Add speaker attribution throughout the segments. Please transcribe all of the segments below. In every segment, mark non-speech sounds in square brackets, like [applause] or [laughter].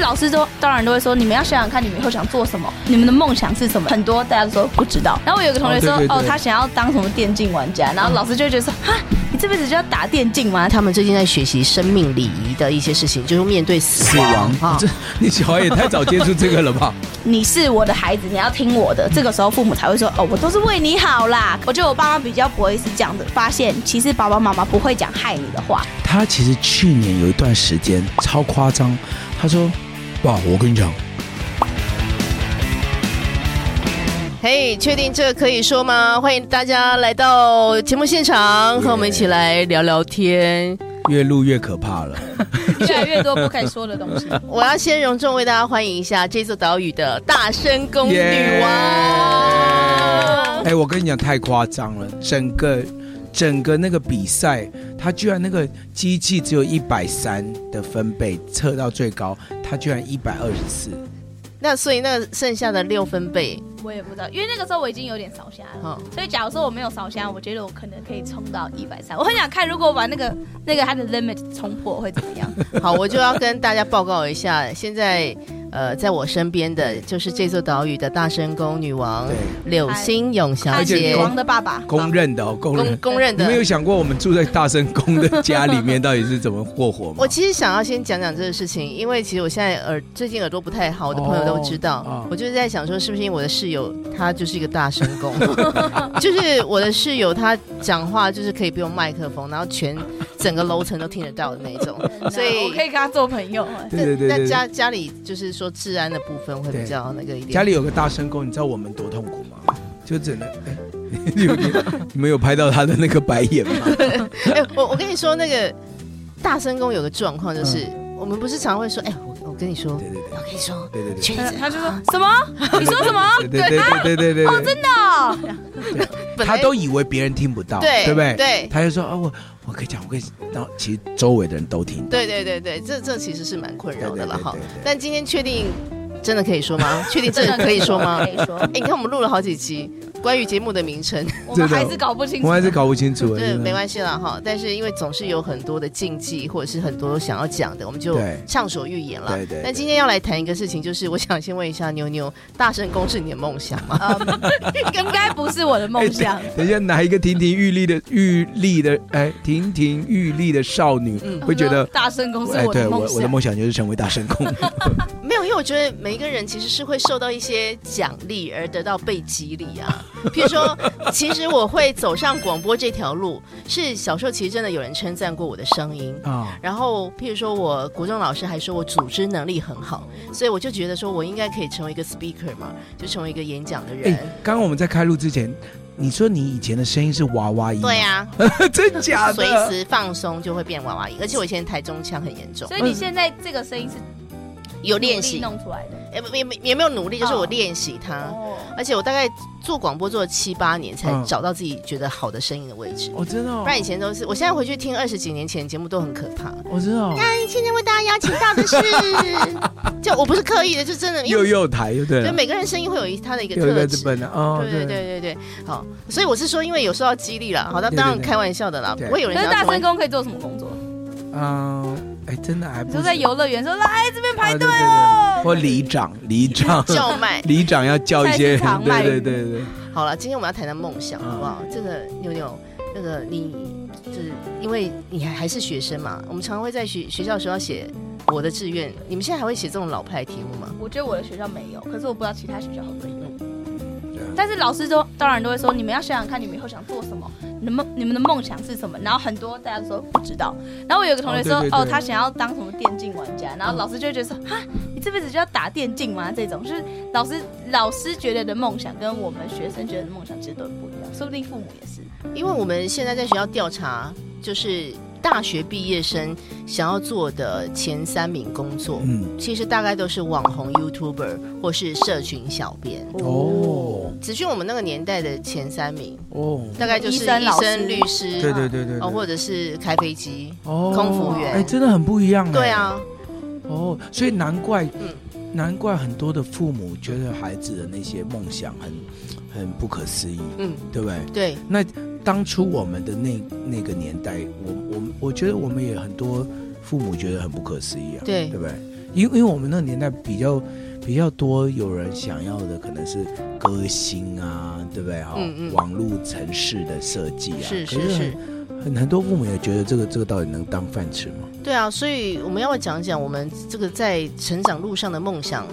Speaker 1: 老师都当然都会说，你们要想想看，你们以后想做什么，你们的梦想是什么。很多大家都说不知道。然后我有个同学说，
Speaker 2: 哦
Speaker 1: 哦，
Speaker 2: 对对对
Speaker 1: 他想要当什么电竞玩家，然后老师就会觉得说，哈，你这辈子就要打电竞吗？
Speaker 3: 他们最近在学习生命礼仪的一些事情，就是面对死
Speaker 2: 死亡
Speaker 3: 亡啊。
Speaker 2: [laughs] 这你小孩也太早接触这个了吧？
Speaker 1: 你是我的孩子，你要听我的。这个时候父母才会说，哦，我都是为你好啦。我觉得我爸妈比较不会是这样的，发现其实爸爸妈妈不会讲害你的话。
Speaker 2: [laughs]
Speaker 1: [laughs]
Speaker 2: 他其实去年有一段时间超夸张，他说：“爸，我跟你讲，
Speaker 4: 嘿确定这可以说吗？欢迎大家来到节目现场，和我们一起来聊聊天。
Speaker 2: 越录越可怕了。
Speaker 1: 越来越多不该说的东
Speaker 2: [laughs]
Speaker 1: 西。
Speaker 4: 我要先隆重为大家欢迎一下这座岛屿的大声公女王。”
Speaker 2: 哎，我跟你讲，太夸张了，整个整个那个比赛，他居然那个机器只有一百三的分贝测到最高，他居然一百二十四。
Speaker 4: 那所以那剩下的六分贝，
Speaker 1: 我也不知道，因为那个时候我已经有点烧瞎了，
Speaker 4: 好
Speaker 1: 所以假如说我没有烧瞎，我觉得我可能可以冲到一百三。我很想看，如果我把那个那个它的 limit 冲破会怎么
Speaker 2: [laughs]
Speaker 1: 样？
Speaker 4: 好，我就要跟大家报告一下，现在呃，在我身边的就是这座岛屿的大声公女王
Speaker 2: 对，
Speaker 4: 柳星永小
Speaker 1: 看
Speaker 2: 且
Speaker 4: 姐
Speaker 1: 女，王的爸爸，
Speaker 2: 公认的哦，公
Speaker 4: 公
Speaker 2: 认。
Speaker 4: 公认
Speaker 2: 你
Speaker 4: 的
Speaker 2: 们。有想过我们住在大圣宫的家里面到底是怎么过火吗？
Speaker 4: 我其实想要先讲讲这个事情，因为其实我现在耳最近耳朵不太好，我的朋友都知道。
Speaker 2: 哦哦
Speaker 4: 我就是在想说，是不是因为我的室友他就是一个大声
Speaker 2: [laughs]
Speaker 4: 公，就是我的室友他讲话就是可以不用麦克风，然后全整个楼层都听得到的那
Speaker 1: [laughs]
Speaker 4: 种。所以
Speaker 1: 我可以跟他做朋
Speaker 2: [laughs]
Speaker 1: 友。哎
Speaker 2: 对对对
Speaker 4: 但
Speaker 2: 对
Speaker 4: 家
Speaker 2: 对，
Speaker 4: 家里就是说治安的部分会比较那个一点。
Speaker 2: 家里有个大声公，你知道我们多痛苦吗？就只能， [laughs] 哎你有你们有拍到他的那个白
Speaker 1: [laughs]
Speaker 2: 眼吗？
Speaker 4: [laughs] 哎、我我跟你说，那个大声公有个状况就是，我们不是常会说，哎、我我跟你说，
Speaker 2: 嗯对对对
Speaker 4: 我跟你说，
Speaker 2: 对对对
Speaker 4: 确
Speaker 2: 对。
Speaker 4: 定
Speaker 1: 呃他就说什么？你说什么？啊
Speaker 2: 对对对对对对，哦， [laughs] 真
Speaker 1: 哦
Speaker 2: 的，
Speaker 4: 本
Speaker 2: 他
Speaker 4: 来
Speaker 2: 都以为别人听不到，
Speaker 4: 对
Speaker 2: 对不对？
Speaker 4: 对
Speaker 2: 他就说啊，我我可以讲，我可以，然后其实周围的人都听，
Speaker 4: 对对对对，这这其实是蛮困扰的
Speaker 2: 对
Speaker 4: 了
Speaker 2: 对对
Speaker 4: 哈
Speaker 2: 对对。
Speaker 4: 但今天确定真的可以说
Speaker 2: [laughs]
Speaker 4: 吗？确定这个可以说吗？
Speaker 1: 可以说，
Speaker 4: 哎、你看我们录了好几集关于节目的名称，
Speaker 1: 我们还是搞不清楚。
Speaker 2: 我还是搞不清楚，啊
Speaker 4: 这没
Speaker 2: 系，
Speaker 4: 关系了哈。但是因为总是有很多的禁忌或者是很多想要讲的，我们就
Speaker 2: 对
Speaker 4: 畅所欲言了
Speaker 2: 对。对
Speaker 4: 但
Speaker 2: 对
Speaker 4: 今天要来谈一个事情，就是我想先问一下妞妞，大声公是你的梦想吗？
Speaker 1: [laughs] 应该不是我的梦想
Speaker 2: 哎。等等一下，哪一个亭亭玉立的玉立的哎，亭亭玉立的少女
Speaker 4: 嗯
Speaker 2: [laughs] 会觉得
Speaker 1: 大圣公
Speaker 2: 哎
Speaker 1: 是，我
Speaker 2: 对
Speaker 1: 的
Speaker 2: 我
Speaker 1: 梦
Speaker 2: 我的
Speaker 1: 想。
Speaker 2: 梦想就是成为大声
Speaker 1: [laughs]
Speaker 2: 公，
Speaker 4: 没有，因为我觉得每一个人其实是会受到一些奖励而得到被激励
Speaker 1: [laughs]
Speaker 4: 啊。譬如说，其实我会走上广播这条路，是小时候其实真的有人称赞过我的声音。
Speaker 2: 啊，
Speaker 4: 然后，譬如说我国中老师还说我组织能力很好，所以我就觉得说我应该可以成为一个 speaker 嘛，就成为一个演讲的
Speaker 2: 哎
Speaker 4: 人。，
Speaker 2: 刚刚我们在开录之前，你说你以前的声音是娃娃音，
Speaker 4: 对、呀、
Speaker 2: [laughs]
Speaker 1: 嗯
Speaker 2: 真假
Speaker 4: 随
Speaker 2: 的？
Speaker 4: 时放松就会变娃娃音，而且我以前台中腔很严重，
Speaker 1: 所以你现在这个声音是
Speaker 4: 有
Speaker 1: 努力
Speaker 4: 练习，呃
Speaker 1: 弄出来的。
Speaker 4: 也也也没有努力，就是我
Speaker 1: 哦
Speaker 4: 练习它。
Speaker 1: 哦，
Speaker 4: 而且我大概做广播做了七八年，才
Speaker 2: 嗯
Speaker 4: 找到自己觉得好的声音的位置。
Speaker 2: 哦，真的、哦
Speaker 4: 不，然以前都是，我现在回去听二十几年前的节目都很可怕。
Speaker 2: 我知道，
Speaker 4: 但现在为大家邀请到的是， [laughs] 就我不是刻意的，就真的，因
Speaker 2: 又
Speaker 4: 为
Speaker 2: 又台就对
Speaker 4: 就
Speaker 2: 了，
Speaker 4: 每个人声音会有一他的一个
Speaker 2: 又
Speaker 4: 特
Speaker 2: 在这
Speaker 4: 质。
Speaker 2: 本了啊，哦
Speaker 4: 对对对对对，好，所以我是说，因为有受到激励了，好，那
Speaker 2: 对对
Speaker 4: 当然
Speaker 2: 对
Speaker 4: 开玩笑的啦，
Speaker 2: 对
Speaker 4: 不会有
Speaker 1: 可
Speaker 4: 人
Speaker 1: 是
Speaker 4: 想
Speaker 1: 大
Speaker 4: 要成
Speaker 1: 圣公
Speaker 4: 为。
Speaker 1: 可以做什么工作？
Speaker 2: 嗯，哎，真的还
Speaker 1: 你
Speaker 2: 不
Speaker 1: 说在游乐园说来这边排队
Speaker 2: 啊
Speaker 1: 哦。
Speaker 2: 或里长，里
Speaker 4: [laughs]
Speaker 2: 长，
Speaker 4: 叫卖
Speaker 2: 里长要叫一些
Speaker 1: 菜市场
Speaker 2: 人，对
Speaker 1: 卖
Speaker 2: [laughs] 对对对，
Speaker 4: 好了，今天我们要谈谈梦想，
Speaker 2: 嗯
Speaker 4: 好不好？这个妞妞，那个你就是因为你还还是学生嘛，我们常常会在学学校的时候要写我的志愿。你们现在还会写这种老派题目吗？
Speaker 1: 我觉得我的学校没有，可是我不知道其他学校会不会有。
Speaker 2: 对啊
Speaker 1: 但是老师都当然都会说，你们要想想看，你们以后想做什么，你们你们的梦想是什么。然后很多大家都说不知道。然后我有个同学说，
Speaker 2: 哦
Speaker 1: 哦
Speaker 2: 对对对
Speaker 1: 他想要当什么电竞玩家，然后老师就会觉得说，哈，你这辈子就要打电竞吗？这种就是老师老师觉得的梦想跟我们学生觉得的梦想其实都不一样，说不定父母也是。
Speaker 4: 因为我们现在在学校调查，就是大学毕业生想要做的前三名工作，
Speaker 2: 嗯，
Speaker 4: 其实大概都是网红、YouTuber 或是社群小编。
Speaker 2: 哦
Speaker 4: 子俊，我们那个年代的前三名，
Speaker 2: 哦，
Speaker 4: 大概就是
Speaker 1: 医生
Speaker 4: 医
Speaker 1: 老
Speaker 4: 生、
Speaker 1: 师
Speaker 4: 律师，
Speaker 2: 对对对对，
Speaker 4: 哦，
Speaker 2: 对
Speaker 4: 或者是开飞机。
Speaker 2: 哦
Speaker 4: 空服员
Speaker 2: 哎，真的很不一样，哎
Speaker 4: 对，啊，
Speaker 2: 哦，所以难怪
Speaker 4: 嗯，
Speaker 2: 难怪很多的父母觉得孩子的那些梦想很很不可思议，
Speaker 4: 嗯，
Speaker 2: 对不对？
Speaker 4: 对。
Speaker 2: 当初我们的那那个年代，我我我觉得我们也很多父母觉得很不可思议啊，
Speaker 4: 对
Speaker 2: 对不对？因为因为我们那个年代比较比较多有人想要的可能是歌星啊，对不对哈、
Speaker 4: 嗯嗯
Speaker 2: 网络城市的设计啊，
Speaker 4: 是
Speaker 2: 可
Speaker 4: 是是，
Speaker 2: 很很很多父母也觉得这个这个到底能当饭吃吗？
Speaker 4: 对啊，所以我们要不要讲讲我们这个在成长路上的梦想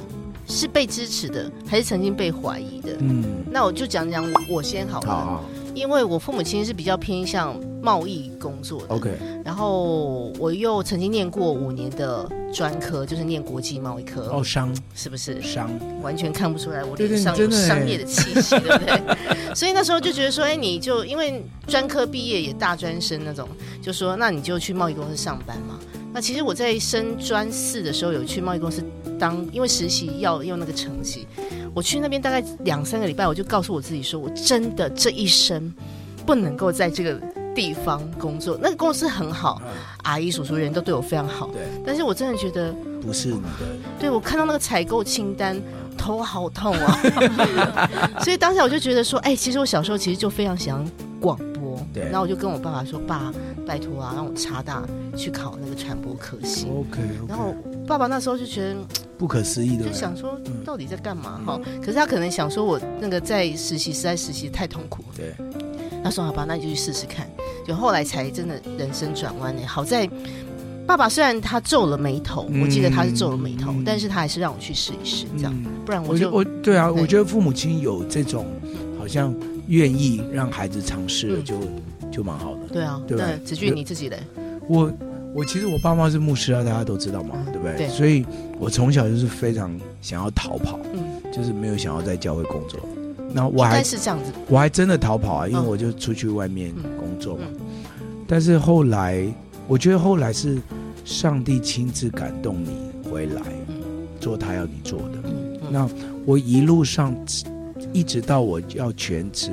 Speaker 4: 是被支持的，还是曾经被怀疑的？
Speaker 2: 嗯，
Speaker 4: 那我就讲讲我我先好了，
Speaker 2: 好啊
Speaker 4: 因为我父母亲是比较偏向贸易工作的
Speaker 2: ，OK，
Speaker 4: 然后我又曾经念过五年的专科，就是念国际贸易科，
Speaker 2: 哦，商
Speaker 4: 是不是？
Speaker 2: 商，
Speaker 4: 完全看不出来我
Speaker 2: 对对
Speaker 4: 脸上
Speaker 2: 你
Speaker 4: 有
Speaker 2: 真的欸
Speaker 4: 商业的
Speaker 2: [laughs]
Speaker 4: 气息，对不对？ [laughs] 所以那时候就觉得说，哎，你就因为专科毕业也大专生那种，就说那你就去贸易公司上班嘛。那其实我在升专四的时候有去贸易公司当，因为实习要用那个成绩，我去那边大概两三个礼拜，我就告诉我自己说，我真的这一生不能够在这个地方工作。那个公司很好，阿姨叔叔人都对我非常好，
Speaker 2: 嗯对，
Speaker 4: 但是我真的觉得
Speaker 2: 不是你的，
Speaker 4: 对我看到那个采购清单，头好痛啊！
Speaker 2: [laughs]
Speaker 4: 所以当下我就觉得说，哎、其实我小时候其实就非常喜欢广播，
Speaker 2: 对
Speaker 4: 然后我就跟我爸爸说，爸，拜托啊，让我插大去考那个传播科系。
Speaker 2: ，OK，,
Speaker 4: 哦然后我爸爸那时候就觉得，
Speaker 2: 不可思议的，
Speaker 4: 就想说
Speaker 2: 嗯
Speaker 4: 到底在干嘛哈？可是他可能想说，我那个在实习实在实习太痛苦了。
Speaker 2: 对，
Speaker 4: 他说好吧，那你就去试试看。就后来才真的人生转弯呢。欸好在爸爸虽然他皱了眉头，我记得他是皱了眉头，
Speaker 2: 嗯
Speaker 4: 但是他还是让我去试一试，这样、
Speaker 2: 嗯
Speaker 4: 不然我
Speaker 2: 我觉
Speaker 4: 就
Speaker 2: 得我对啊，
Speaker 4: 对
Speaker 2: 我觉得父母亲有这种好像愿意让孩子尝试的
Speaker 4: 嗯
Speaker 2: 就，就蛮好的。
Speaker 4: 对啊。
Speaker 2: 对吧
Speaker 4: 那子俊你自己嘞？
Speaker 2: 我我其实我爸妈是牧师啊，大家都知道嘛，
Speaker 4: 嗯
Speaker 2: 对不对？
Speaker 4: 对
Speaker 2: 所以我从小就是非常想要逃跑，
Speaker 4: 嗯
Speaker 2: 就是没有想要在教会工作。然后我
Speaker 4: 应该
Speaker 2: 还
Speaker 4: 是这样子，
Speaker 2: 我还真的逃跑啊，因为
Speaker 4: 嗯
Speaker 2: 我就出去外面
Speaker 4: 嗯
Speaker 2: 工作嘛。
Speaker 4: 嗯
Speaker 2: 但是后来，我觉得后来是上帝亲自感动你回来
Speaker 4: 嗯，
Speaker 2: 做他要你做的。
Speaker 4: 嗯嗯，
Speaker 2: 那我一路上一直到我要全职，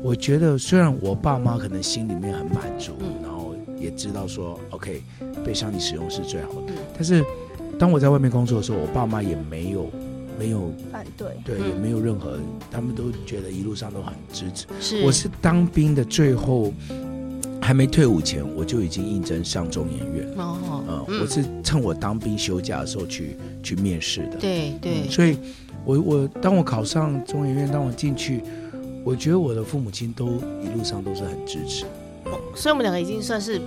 Speaker 2: 我觉得虽然我爸妈可能心里面很满足，
Speaker 4: 嗯
Speaker 2: 然后也知道说 OK 被上帝使用是最好的
Speaker 4: 嗯，
Speaker 2: 但是当我在外面工作的时候，我爸妈也没有没有
Speaker 1: 反哎对，
Speaker 2: 对、
Speaker 4: 嗯
Speaker 2: 也没有任何，他们都觉得一路上都很支持。
Speaker 4: 嗯是
Speaker 2: 我是当兵的最后还没退伍前，我就已经应征上中研院了。
Speaker 4: 哦
Speaker 2: 嗯，我是趁我当兵休假的时候去去面试的。
Speaker 4: 对对
Speaker 2: 嗯，所以我我当我考上中研院，当我进去，我觉得我的父母亲都一路上都是很支持，
Speaker 4: 所以我们两个已经算是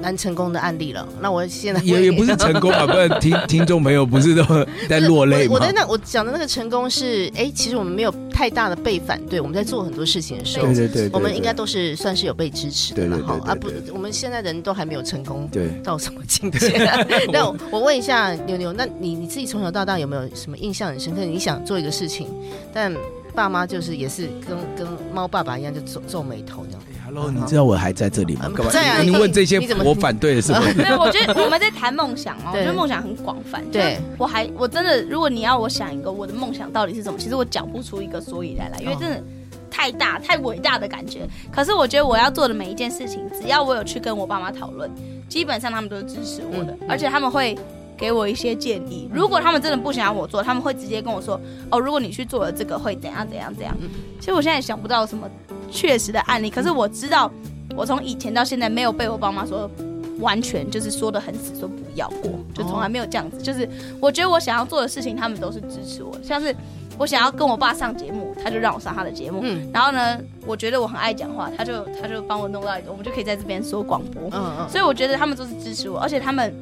Speaker 4: 蛮成功的案例了。 [laughs] 那我现在
Speaker 2: 也也不是成功啊，不然听听众朋友不是都在落泪吗
Speaker 4: 我我？在那我讲的那个成功是，哎、其实我们没有太大的被反对，我们在做很多事情的时候，
Speaker 2: 对对对，对
Speaker 4: 我们应该都是算是有被支持的
Speaker 2: 对
Speaker 4: 了
Speaker 2: 对
Speaker 4: 哈
Speaker 2: 对对
Speaker 4: 啊不
Speaker 2: 对对，
Speaker 4: 我们现在人都还没有成功
Speaker 2: 对。
Speaker 4: 到什么境界。 [laughs] 那我我问一下牛牛，那你你自己从小到大有没有什么印象很深刻？你想做一个事情，但爸妈就是也是跟跟猫爸爸一样，就皱皱眉头这样。
Speaker 2: Hello，你知道我还在这里吗？
Speaker 4: 嗯
Speaker 2: 干嘛
Speaker 4: 在啊
Speaker 2: 你
Speaker 4: 你
Speaker 2: 你问这些
Speaker 4: 你怎么啊
Speaker 2: 我反对的是吗？
Speaker 1: 没有，我觉得我们在谈梦想哦嘛，我
Speaker 4: 对
Speaker 1: 觉得梦想很广泛。
Speaker 4: 对
Speaker 1: 就我还我真的，如果你要我想一个我的梦想到底是什么，其实我讲不出一个所以然来，因为
Speaker 4: 哦
Speaker 1: 真的太大太伟大的感觉。可是我觉得我要做的每一件事情，只要我有去跟我爸妈讨论，基本上他们都是支持我的，
Speaker 4: 嗯嗯
Speaker 1: 而且他们会。给我一些建议，如果他们真的不想要我做，他们会直接跟我说：“哦，如果你去做了这个，会怎样怎样怎样。
Speaker 4: 嗯”
Speaker 1: 其实我现在也想不到什么确实的案例，可是我知道，我从以前到现在没有被我爸妈说完全就是说的很死，说不要过，
Speaker 4: 哦
Speaker 1: 就从来没有这样子。就是我觉得我想要做的事情，他们都是支持我的。像是我想要跟我爸上节目，他就让我上他的节目。
Speaker 4: 嗯
Speaker 1: 然后呢，我觉得我很爱讲话，他就他就帮我弄到一个，我们就可以在这边说广播。
Speaker 4: 嗯嗯，
Speaker 1: 所以我觉得他们都是支持我，而且他们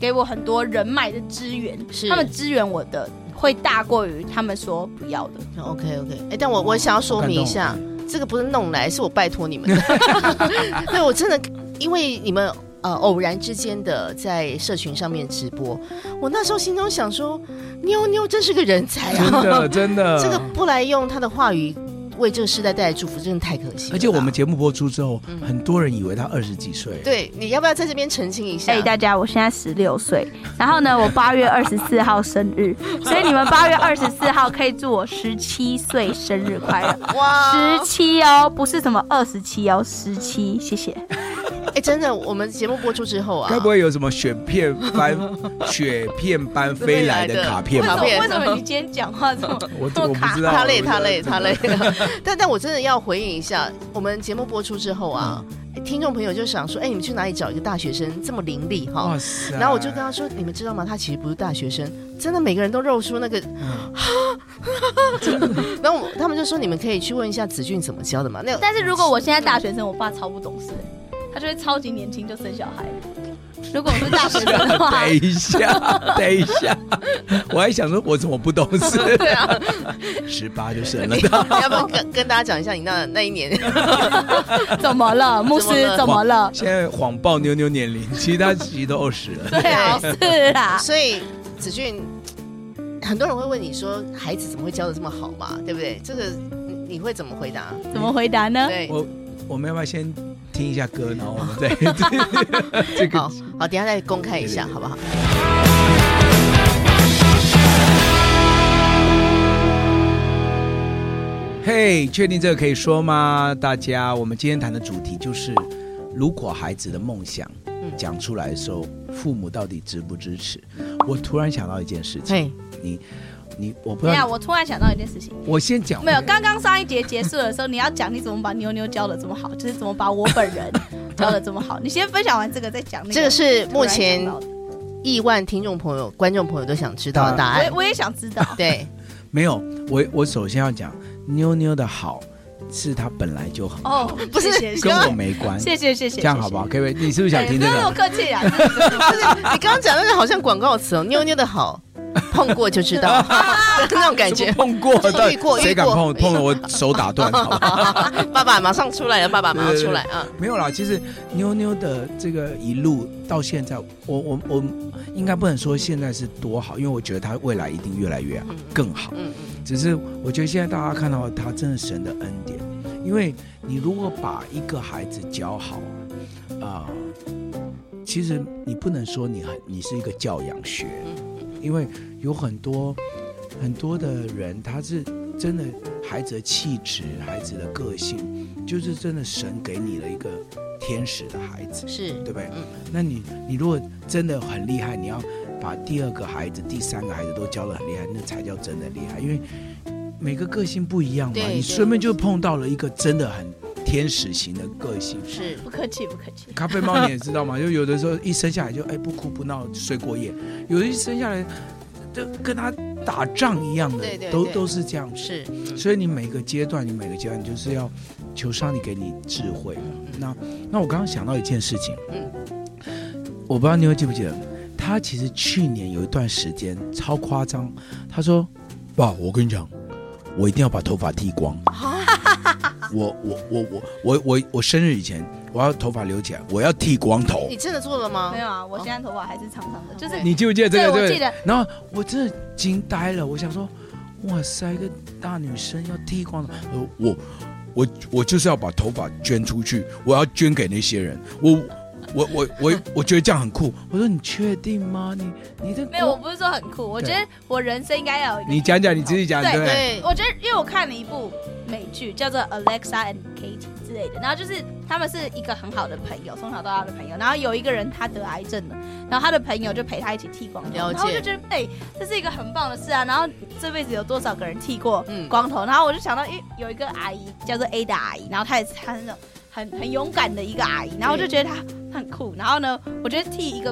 Speaker 1: 给我很多人脉的支援，
Speaker 4: 是
Speaker 1: 他们支援我的会大过于他们说不要的。
Speaker 4: OK OK，哎、但我我想要说明一下
Speaker 2: 感，
Speaker 4: 这个不是弄来，是我拜托你们的。 [laughs] 对，我真的因为你们呃偶然之间的在社群上面直播，我那时候心中想说，妞妞真是个人才
Speaker 2: 真
Speaker 4: 啊
Speaker 2: 的！真的，
Speaker 4: [laughs] 这个不来用她的话语为这个时代带来祝福，真的太可惜了啦。
Speaker 2: 而且我们节目播出之后，
Speaker 4: 嗯
Speaker 2: 很多人以为他二十几岁，
Speaker 4: 对你要不要在这边澄清一下？
Speaker 1: 哎、大家，我现在十六岁，然后呢，我八月二十四号生 [laughs] 日，所以你们八月二十四号可以祝我十七岁生日快乐。
Speaker 4: 哇
Speaker 1: 十七哦，不是什么二十七哦，十七，谢谢。
Speaker 4: 哎、真的，我们节目播出之后啊
Speaker 2: 该，不会有什么雪片
Speaker 4: [laughs]
Speaker 2: 般雪片般飞来
Speaker 4: 啊
Speaker 2: 的卡片吧
Speaker 4: 卡？片
Speaker 1: 今天讲话这么
Speaker 2: 我
Speaker 1: 这
Speaker 2: 我
Speaker 1: 么
Speaker 2: 不
Speaker 1: 卡
Speaker 2: 知？道，
Speaker 4: 他累，他累，
Speaker 2: 我不知道
Speaker 4: [laughs] 他累。但但我真的要回应一下，我们节目播出之后啊，
Speaker 2: 嗯
Speaker 4: 听众朋友就想说，哎，你们去哪里找一个大学生这么伶俐哈？
Speaker 2: 哇塞！
Speaker 4: 然后我就跟他说，你们知道吗？他其实不是大学生，真的每个人都露出那个
Speaker 2: 嗯，
Speaker 4: [laughs] 然后我他们就说你们可以去问一下子俊怎么教的嘛。那
Speaker 1: [laughs] 但是如果我现在大学生，我爸超不懂事，他就会超级年轻就生小孩。如果我是大学生
Speaker 2: [laughs]
Speaker 1: 的话，
Speaker 2: 等一下，等一下， [laughs] 我还想说，我怎么不懂事？
Speaker 4: [laughs] 对啊，
Speaker 2: [laughs] 十八就生了，
Speaker 4: [laughs] 要不要跟跟大家讲一下你那那一年？
Speaker 1: 怎么了，牧师怎么了？
Speaker 2: 现在谎报妞妞年龄，其实他其实都二十了。
Speaker 1: 对啊，是啦， [laughs]
Speaker 4: 所以子俊，很多人会问你说孩子怎么会教的这么好嘛？对不对？这个你你会怎么回答？
Speaker 1: 怎么回答呢？
Speaker 4: 对，
Speaker 2: 我我们要不要先听一下歌，然后我们再 [laughs] 这
Speaker 4: 好
Speaker 2: 个
Speaker 4: 好，等一下再公开一下，
Speaker 2: 对对对
Speaker 4: 好不好？
Speaker 2: 嘿确定这个可以说吗？大家，我们今天谈的主题就是，如果孩子的梦想
Speaker 4: 嗯
Speaker 2: 讲出来的时候，父母到底支不支持？我突然想到一件事情，
Speaker 4: 嘿，
Speaker 2: 你我不
Speaker 1: 对
Speaker 2: 知
Speaker 1: 呀，
Speaker 2: 道，
Speaker 1: 我突然想到一件事情，
Speaker 2: 我先讲，
Speaker 1: 没有，刚刚上一节结束的时候，你要讲你怎么把妞妞教的这么好，就是怎么把我本人教的这么好。你先分享完这个再讲那个。
Speaker 4: 这个是
Speaker 1: 突
Speaker 4: 目
Speaker 1: 然想
Speaker 4: 前
Speaker 1: 到的
Speaker 4: 亿万听众朋友、观众朋友都想知道的答
Speaker 1: 我也
Speaker 4: 案。
Speaker 1: 我也想知道，
Speaker 4: 对，
Speaker 2: 没有，我我首先要讲妞妞的好是她本来就很
Speaker 1: 哦
Speaker 2: 好，，
Speaker 1: 不是，
Speaker 2: 跟我没关，
Speaker 1: 谢谢谢谢，
Speaker 2: 这样好不好？？可不可以？你是不是想
Speaker 1: 哎
Speaker 2: 听
Speaker 1: 不
Speaker 2: 这
Speaker 1: 用那么
Speaker 2: 个？
Speaker 1: 客气啊，
Speaker 4: 你刚刚讲那个好像广告词哦，妞妞的好，碰过就知道那种感
Speaker 2: 怎么
Speaker 4: 觉。
Speaker 2: 碰过，
Speaker 4: 遇过
Speaker 2: 到底
Speaker 4: 遇过
Speaker 2: 谁敢碰？碰了我手打
Speaker 1: [laughs]
Speaker 2: 断，好不好？
Speaker 4: 爸爸马上出来了，爸爸马上
Speaker 2: 对对对
Speaker 4: 出来啊！
Speaker 2: 没有啦，其实妞妞的这个一路到现在，我我我应该不能说现在是多好，因为我觉得她未来一定越来越好
Speaker 4: 嗯
Speaker 2: 更好。
Speaker 4: 嗯
Speaker 2: 只是我觉得现在大家看到她真的神的恩典，因为你如果把一个孩子教好，啊、其实你不能说你很你是一个教养学，因为有很多很多的人他是真的孩子的气质、孩子的个性，就是真的神给你了一个天使的孩子
Speaker 4: 嗯，，是
Speaker 2: 对不对？
Speaker 4: 嗯
Speaker 2: 那你你如果真的很厉害，你要把第二个孩子、第三个孩子都教得很厉害，那才叫真的厉害，因为每个个性不一样嘛，
Speaker 4: 对
Speaker 2: 你
Speaker 4: 对
Speaker 2: 顺便就碰到了一个真的很天使型的个性。
Speaker 4: 是
Speaker 1: 不客气不客气。
Speaker 2: 咖啡猫你也知道嘛，就有的时候一生下来就哎不哭不闹睡过夜，有的一生下来就哎跟他打仗一样的，
Speaker 4: 对对
Speaker 2: 都
Speaker 4: 对
Speaker 2: 都是这样子。
Speaker 4: 是，嗯
Speaker 2: 所以你每个阶段，你每个阶段就是要求上帝给你智慧。
Speaker 4: 嗯
Speaker 2: 那那我刚刚想到一件事情，
Speaker 4: 嗯
Speaker 2: 我不知道你会记不记得，他其实去年有一段时间超夸张，他说：“爸，我跟你讲，我一定要把头发剃光。我我我我我我我生日以前，我要头发留起来，我要剃光头。
Speaker 4: 你真的做了吗
Speaker 1: 没？有啊，我现在头发还是长长的，就是
Speaker 4: 对
Speaker 2: 你记不记得这
Speaker 1: 对
Speaker 2: 个？
Speaker 1: 我
Speaker 2: 这个
Speaker 1: 记得
Speaker 2: 然后我真的惊呆了，我想说，哇塞，一个大女生要剃光头，呃我我我就是要把头发捐出去，我要捐给那些人，我。我我我我觉得这样很酷。我说你确定吗？你你的
Speaker 1: 没有，我不是说很酷，我觉得我人生应该要有一个。
Speaker 2: 你讲讲你自己讲
Speaker 1: 对
Speaker 2: 对不对？
Speaker 4: 对，
Speaker 1: 我觉得，因为我看了一部美剧，叫做《Alexa and Katie》之类的，然后就是他们是一个很好的朋友，从小到大的朋友。然后有一个人他得癌症了，然后他的朋友就陪他一起剃光头，
Speaker 4: 了解
Speaker 1: 然后我就觉得哎、这是一个很棒的事啊。然后这辈子有多少个人剃过
Speaker 4: 嗯
Speaker 1: 光头？然后我就想到，因为有一个阿姨叫做 A 的阿姨，然后她也是她那种很很勇敢的一个阿姨，然后我就觉得她很酷。然后呢，我觉得剃一个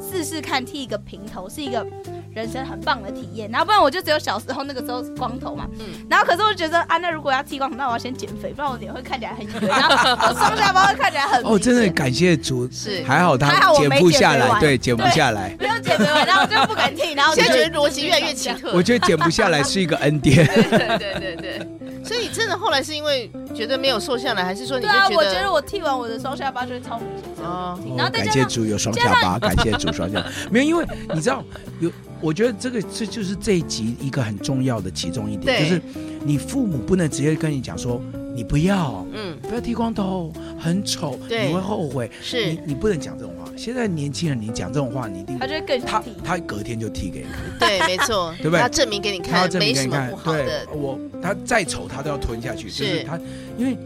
Speaker 1: 试试看剃一个平头是一个人生很棒的体验。然后不然我就只有小时候那个时候是光头嘛，
Speaker 4: 嗯
Speaker 1: 然后可是我觉得啊，那如果要剃光头，那我要先减肥，不然我脸会看起来
Speaker 4: [laughs]
Speaker 1: 很圆，然后我双下巴会看起来很
Speaker 2: 哦，真的
Speaker 1: 明显
Speaker 2: 感谢主，
Speaker 4: 是。
Speaker 2: 还好
Speaker 1: 还
Speaker 2: 他
Speaker 1: 好我
Speaker 2: 减
Speaker 1: 没
Speaker 2: 不
Speaker 1: 减
Speaker 2: 下
Speaker 1: 肥
Speaker 2: 来，
Speaker 1: 完
Speaker 2: 对，减不
Speaker 1: 对
Speaker 2: 下来。
Speaker 1: 不用减肥，然后我就不敢剃，然后我就
Speaker 4: 现在觉得逻辑越来越奇
Speaker 1: [laughs]
Speaker 4: 特。
Speaker 2: 哦我觉得减不下来是一个恩典。
Speaker 4: 对对对对，所以你真的后来是因为觉得没有瘦下来，还是说你
Speaker 1: 对
Speaker 4: 就
Speaker 1: 啊，
Speaker 4: 觉
Speaker 1: 我觉
Speaker 4: 得？
Speaker 1: 得我剃完我的双下巴就会超明显。
Speaker 4: 哦
Speaker 1: 然后再
Speaker 2: 感
Speaker 1: 加
Speaker 2: 谢
Speaker 1: 上
Speaker 2: 主有双
Speaker 1: 加
Speaker 2: 下巴，感谢主双下巴。没有，因为你知道有，我觉得这个这就是这一集一个很重要的其中一点，
Speaker 4: 对
Speaker 2: 就是你父母不能直接跟你讲说你不要
Speaker 4: 嗯，
Speaker 2: 不要剃光头，很丑，
Speaker 4: 对
Speaker 2: 你会后悔。
Speaker 4: 是
Speaker 2: 你你不能讲这种话。现在年轻人你讲这种话，你一定
Speaker 1: 他就会更
Speaker 2: 他
Speaker 1: 想剃。
Speaker 2: 他隔天就剃给你， [laughs]
Speaker 4: 对，没错，
Speaker 2: 对不对
Speaker 4: 他证明给你
Speaker 2: 他要
Speaker 4: 看，
Speaker 2: 证
Speaker 4: 没
Speaker 2: 明给
Speaker 4: 什
Speaker 2: 你
Speaker 4: 么
Speaker 2: 看
Speaker 4: 不。好
Speaker 2: 对
Speaker 4: 的，，
Speaker 2: 我他再丑他都要吞下去，就是
Speaker 4: 是
Speaker 2: 他因为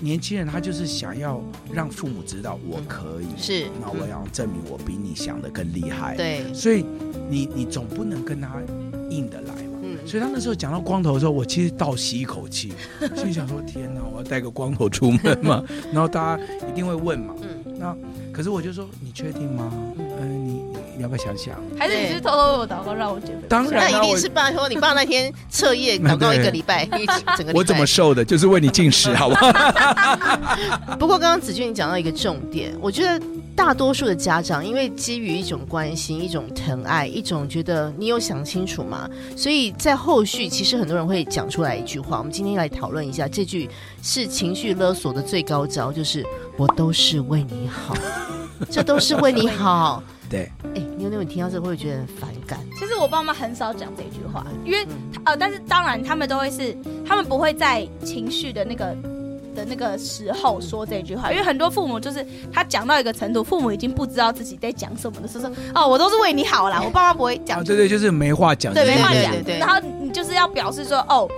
Speaker 2: 年轻人他就是想要让父母知道我可以。
Speaker 4: 是，嗯
Speaker 2: 那我要证明我比你想的更厉害。
Speaker 4: 对，
Speaker 2: 所以你你总不能跟他硬的来嘛。
Speaker 4: 嗯，
Speaker 2: 所以他那时候讲到光头的时候，我其实倒吸一口气，心想说：天哪，我要带个光头出门嘛？然后大家一定会问嘛。
Speaker 4: 嗯
Speaker 2: 那可是我就说：你确定吗？嗯、你你要不要想想？
Speaker 1: 还是你是偷偷为我祷告，让我减肥？
Speaker 2: 当
Speaker 4: 那
Speaker 2: 然啊啦、
Speaker 4: 一定
Speaker 2: 我
Speaker 4: 是拜托你爸那天彻夜
Speaker 2: [laughs]
Speaker 4: 祷告一个礼拜，一整个礼拜。
Speaker 2: 我怎么瘦的，就是为你进食，好不
Speaker 4: [laughs]
Speaker 2: 好？
Speaker 4: 不过刚刚子俊你讲到一个重点，我觉得大多数的家长因为基于一种关心、一种疼爱、一种觉得你有想清楚吗？所以在后续其实很多人会讲出来一句话，我们今天来讨论一下，这句是情绪勒索的最高招，就是我都是为你好，这都是为你好。
Speaker 2: 对，
Speaker 4: 哎，妞妞，你听到这个会不会觉得很反感？
Speaker 1: 其实我爸妈很少讲这句话，因为
Speaker 2: 嗯
Speaker 1: 呃，但是当然他们都会是，他们不会在情绪的那个的那个时
Speaker 2: 嗯
Speaker 1: 候说这句话，因为很多父母就是他讲到一个程度，父母已经不知道自己在讲什么的时候，说哦，我都是为你好啦，我爸妈不会讲
Speaker 2: 啊，，对对，就是没话讲，
Speaker 1: 对，
Speaker 2: 哦就是
Speaker 1: 没话
Speaker 2: 这
Speaker 1: 讲
Speaker 2: 样
Speaker 4: 对对，对
Speaker 1: 然后你就是要表示说哦。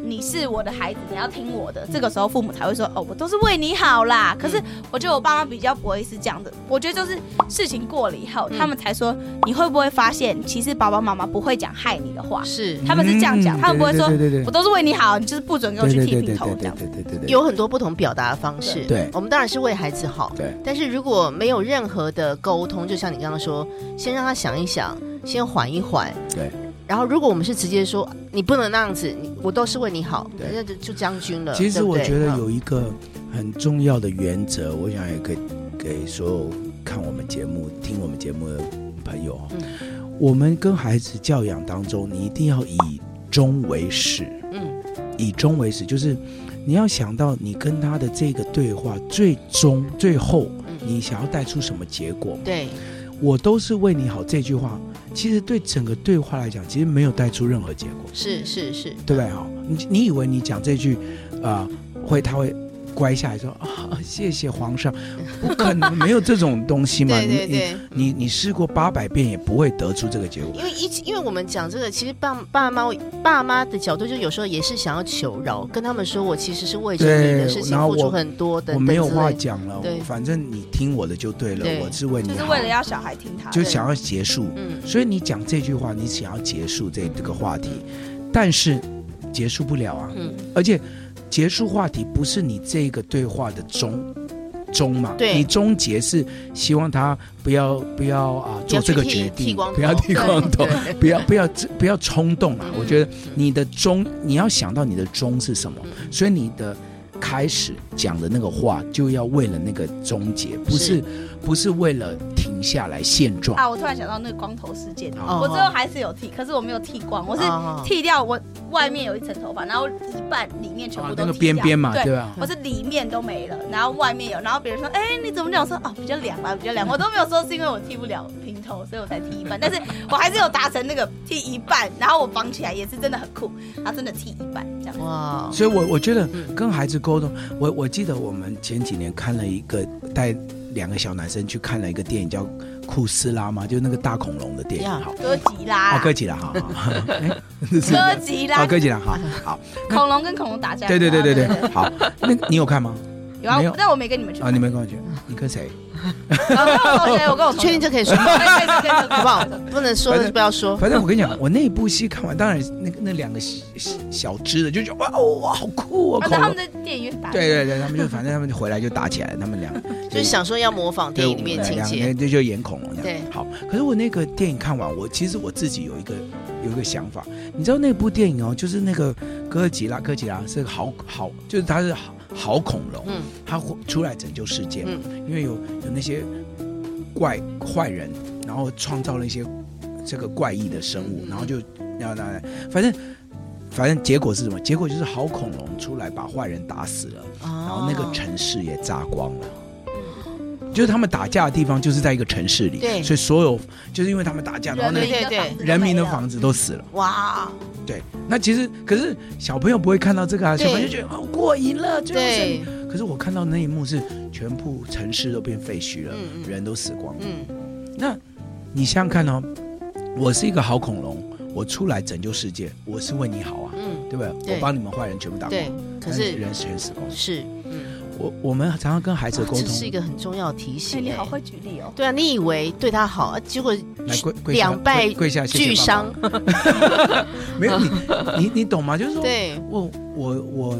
Speaker 1: 你是我的孩子，你要听我的。这个时候，父母才会说：“哦，我都是为你好啦。”可
Speaker 2: 嗯
Speaker 1: 是我觉得我爸妈比较不会是这样的。我觉得就是事情过了以后，
Speaker 4: 嗯
Speaker 1: 他们才说：“你会不会发现，其实爸爸妈妈不会讲害你的话？”
Speaker 4: 是
Speaker 1: 他们是这样讲，
Speaker 2: 嗯
Speaker 1: 他们不会说
Speaker 2: 对对对对
Speaker 1: 我都是为你好，你就是不准给我
Speaker 2: 对
Speaker 1: 去
Speaker 2: 对
Speaker 1: 剃
Speaker 2: 对
Speaker 1: 平
Speaker 2: 对对
Speaker 1: 头这
Speaker 2: 对
Speaker 1: 样。
Speaker 2: 对对对对，
Speaker 4: 有很多不同表达的方式。
Speaker 2: 对
Speaker 4: 我们当然是为孩子好。
Speaker 2: 对，
Speaker 4: 但是如果没有任何的沟通，就像你刚刚说，先让他想一想，先缓一缓。
Speaker 2: 对。
Speaker 4: 然后，如果我们是直接说你不能那样子，你我都是为你好，
Speaker 2: 对
Speaker 4: 那就就将军
Speaker 1: 呃
Speaker 4: 了。
Speaker 2: 其实
Speaker 4: 对不
Speaker 2: 我
Speaker 4: 对
Speaker 2: 觉得
Speaker 4: 嗯
Speaker 2: 有一个很重要的原则，我想也可以给所有看我们节目、听我们节目的朋友哦。
Speaker 1: 嗯
Speaker 2: 我们跟孩子教养当中，你一定要以终为始，
Speaker 4: 嗯
Speaker 2: 以终为始，就是你要想到你跟他的这个对话最终最后
Speaker 4: 嗯，
Speaker 2: 你想要带出什么结果。
Speaker 4: 对，
Speaker 2: 我都是为你好这句话，其实对整个对话来讲，其实没有带出任何结果。
Speaker 4: 是是是，
Speaker 2: 对不对？哈，你你以为你讲这句，啊、会他会乖下来说啊，谢谢皇上，不可能没有这种东西嘛？
Speaker 4: [laughs] 对对对。
Speaker 2: 你你你你试过八百遍也不会得出这个结果。
Speaker 4: 因为一起因为我们讲这个，其实爸爸妈爸妈的角度，就有时候也是想要求饶，跟他们说我其实是为着你的
Speaker 2: 对
Speaker 4: 事情
Speaker 2: 然后
Speaker 4: 付出
Speaker 2: 我
Speaker 4: 很多等
Speaker 2: 我
Speaker 4: 等
Speaker 2: 没有
Speaker 4: 之
Speaker 2: 话
Speaker 4: 类的
Speaker 2: 讲了
Speaker 4: 对，
Speaker 2: 反正你听我的就对了，
Speaker 4: 对
Speaker 2: 我是为你
Speaker 1: 就是
Speaker 2: 好，
Speaker 1: 为了要小孩听他的。
Speaker 2: 就想要结束。
Speaker 4: 嗯，
Speaker 2: 所以你讲这句话，你想要结束这这个话题，但是结束不了啊。
Speaker 4: 嗯
Speaker 2: 而且结束话题不是你这个对话的终终嘛？
Speaker 4: 对
Speaker 2: 你终结是希望他不要不要啊做这个
Speaker 4: 去剃
Speaker 2: 决
Speaker 4: 剃
Speaker 2: 定
Speaker 4: 光，头
Speaker 2: 不要剃光头
Speaker 4: 对，对
Speaker 2: [laughs] 不要不要不要冲动啊
Speaker 4: 嗯！
Speaker 2: 我觉得你的终，你要想到你的终是什么，
Speaker 4: 嗯
Speaker 2: 所以你的。开始讲的那个话，就要为了那个终结，不是
Speaker 4: 是
Speaker 2: 不是为了停下来现状。
Speaker 1: 啊，我突然想到那个光头事件，
Speaker 2: 哦
Speaker 1: 我最后还是有剃，可是我没有剃光，我是
Speaker 4: 哦
Speaker 1: 剃掉我外面有一层头发，然后一半里面全部
Speaker 2: 啊
Speaker 1: 都剃
Speaker 2: 那
Speaker 1: 掉、
Speaker 2: 个边边嘛，
Speaker 1: 对。
Speaker 2: 对吧？
Speaker 1: 我是里面都没了，然后外面有，然后别人说，哎、你怎么讲？我说啊，比较凉吧，比较凉。我都没有说是因为我剃不了平头，所以我才剃一半，但是我还是有达成那个剃一半，然后我绑起来也是真的很酷，然后真的剃一半这样。
Speaker 4: 哇，
Speaker 2: 所以我，我觉得
Speaker 4: 嗯
Speaker 2: 跟孩子沟通，我我记得我们前几年看了一个带两个小男生去看了一个电影叫《库斯拉》嘛，就那个大恐龙的电影。
Speaker 4: 呀
Speaker 2: 好，
Speaker 1: 哥吉拉
Speaker 2: 好，
Speaker 1: 啦，
Speaker 2: 哦哥吉拉，好，好，哎，
Speaker 1: [laughs]
Speaker 2: 这是
Speaker 1: 哥吉拉
Speaker 2: 好，，哥吉拉，好，
Speaker 1: [laughs]
Speaker 2: 好，
Speaker 1: 恐龙跟恐龙打架。
Speaker 2: 对对对对对，好，那你有看吗？
Speaker 1: 有啊
Speaker 2: 没有，
Speaker 1: 但我没跟你们去。
Speaker 2: 啊，你没跟我去，你
Speaker 1: [laughs]
Speaker 2: 跟谁？
Speaker 1: 啊我跟我同学，我跟我同学
Speaker 4: 确定这可以说吗？
Speaker 1: 可以可以可以可以可
Speaker 2: [laughs]
Speaker 1: 以
Speaker 4: 好不好？不能说
Speaker 2: 反
Speaker 4: 的
Speaker 2: 正
Speaker 4: 就不要说。
Speaker 2: 反正我跟你讲，我那一部戏看完，当然那个那两个小小只的就觉得哇哦哇好酷哦，
Speaker 1: 啊，
Speaker 2: 恐
Speaker 1: 但他们
Speaker 2: 龙。
Speaker 1: 在电影院打。
Speaker 2: 对对对，他们就反正他们就回来就打起来，他
Speaker 1: [laughs]
Speaker 2: 们俩
Speaker 4: 就是想说要模仿电影里面的情
Speaker 2: 两
Speaker 4: 节，
Speaker 2: 年这就演恐龙这样。
Speaker 4: 对
Speaker 2: 好。可是我那个电影看完，我其实我自己有一个有一个想法，你知道那部电影哦，就是那个哥吉拉，哥吉拉是个好好，就是他是好好恐龙，
Speaker 4: 嗯，
Speaker 2: 他会出来拯救世界，
Speaker 4: 嗯
Speaker 2: 因为有有那些怪坏人，然后创造了一些这个怪异的生物，
Speaker 4: 嗯
Speaker 2: 然后就然后然后反正。反正结果是什么？结果就是好恐龙出来把坏人打死了，然
Speaker 4: 然
Speaker 2: 后那个城市也炸光了。就是他们打架的地方就是在一个城市里，
Speaker 4: 对
Speaker 2: 所以所有就是因为他们打架，然后那
Speaker 4: 对
Speaker 1: 人
Speaker 2: 个
Speaker 1: 民的
Speaker 4: 对
Speaker 1: 房子
Speaker 2: 人民的
Speaker 1: 都没了
Speaker 2: 房子都死了。
Speaker 4: 哇，
Speaker 2: 对，那其实可是小朋友不会看到这个啊，
Speaker 4: 对
Speaker 2: 小朋友就觉得哦过瘾了，就是
Speaker 4: 对。，
Speaker 2: 可是我看到那一幕是全部城市都变废墟了，
Speaker 4: 嗯嗯
Speaker 2: 人都死光了。
Speaker 4: 嗯，
Speaker 2: 那你想想看哦，我是一个好恐龙，我出来拯救世界，我是为你好啊，
Speaker 4: 嗯，
Speaker 2: 对不对？
Speaker 4: 对
Speaker 2: 我帮你们坏人全部打光
Speaker 4: 对，，可
Speaker 2: 但
Speaker 4: 是
Speaker 2: 人全死光了。
Speaker 4: 是，嗯，
Speaker 2: 我我们常常跟孩子
Speaker 4: 哇
Speaker 2: 的沟
Speaker 4: 这哦是一
Speaker 2: 通，
Speaker 4: 个很重要的提
Speaker 1: 哎，
Speaker 4: 醒。
Speaker 1: 你好
Speaker 4: 哎
Speaker 1: 会举例哦。
Speaker 4: 对啊，你以为对他好，啊结果
Speaker 2: 来跪跪下
Speaker 4: 两败
Speaker 2: 跪跪下谢谢
Speaker 4: 俱
Speaker 2: 爸爸
Speaker 4: 伤。
Speaker 2: 没有
Speaker 4: [laughs]
Speaker 2: 你你你懂吗？就是说，
Speaker 4: 对，
Speaker 2: 我我我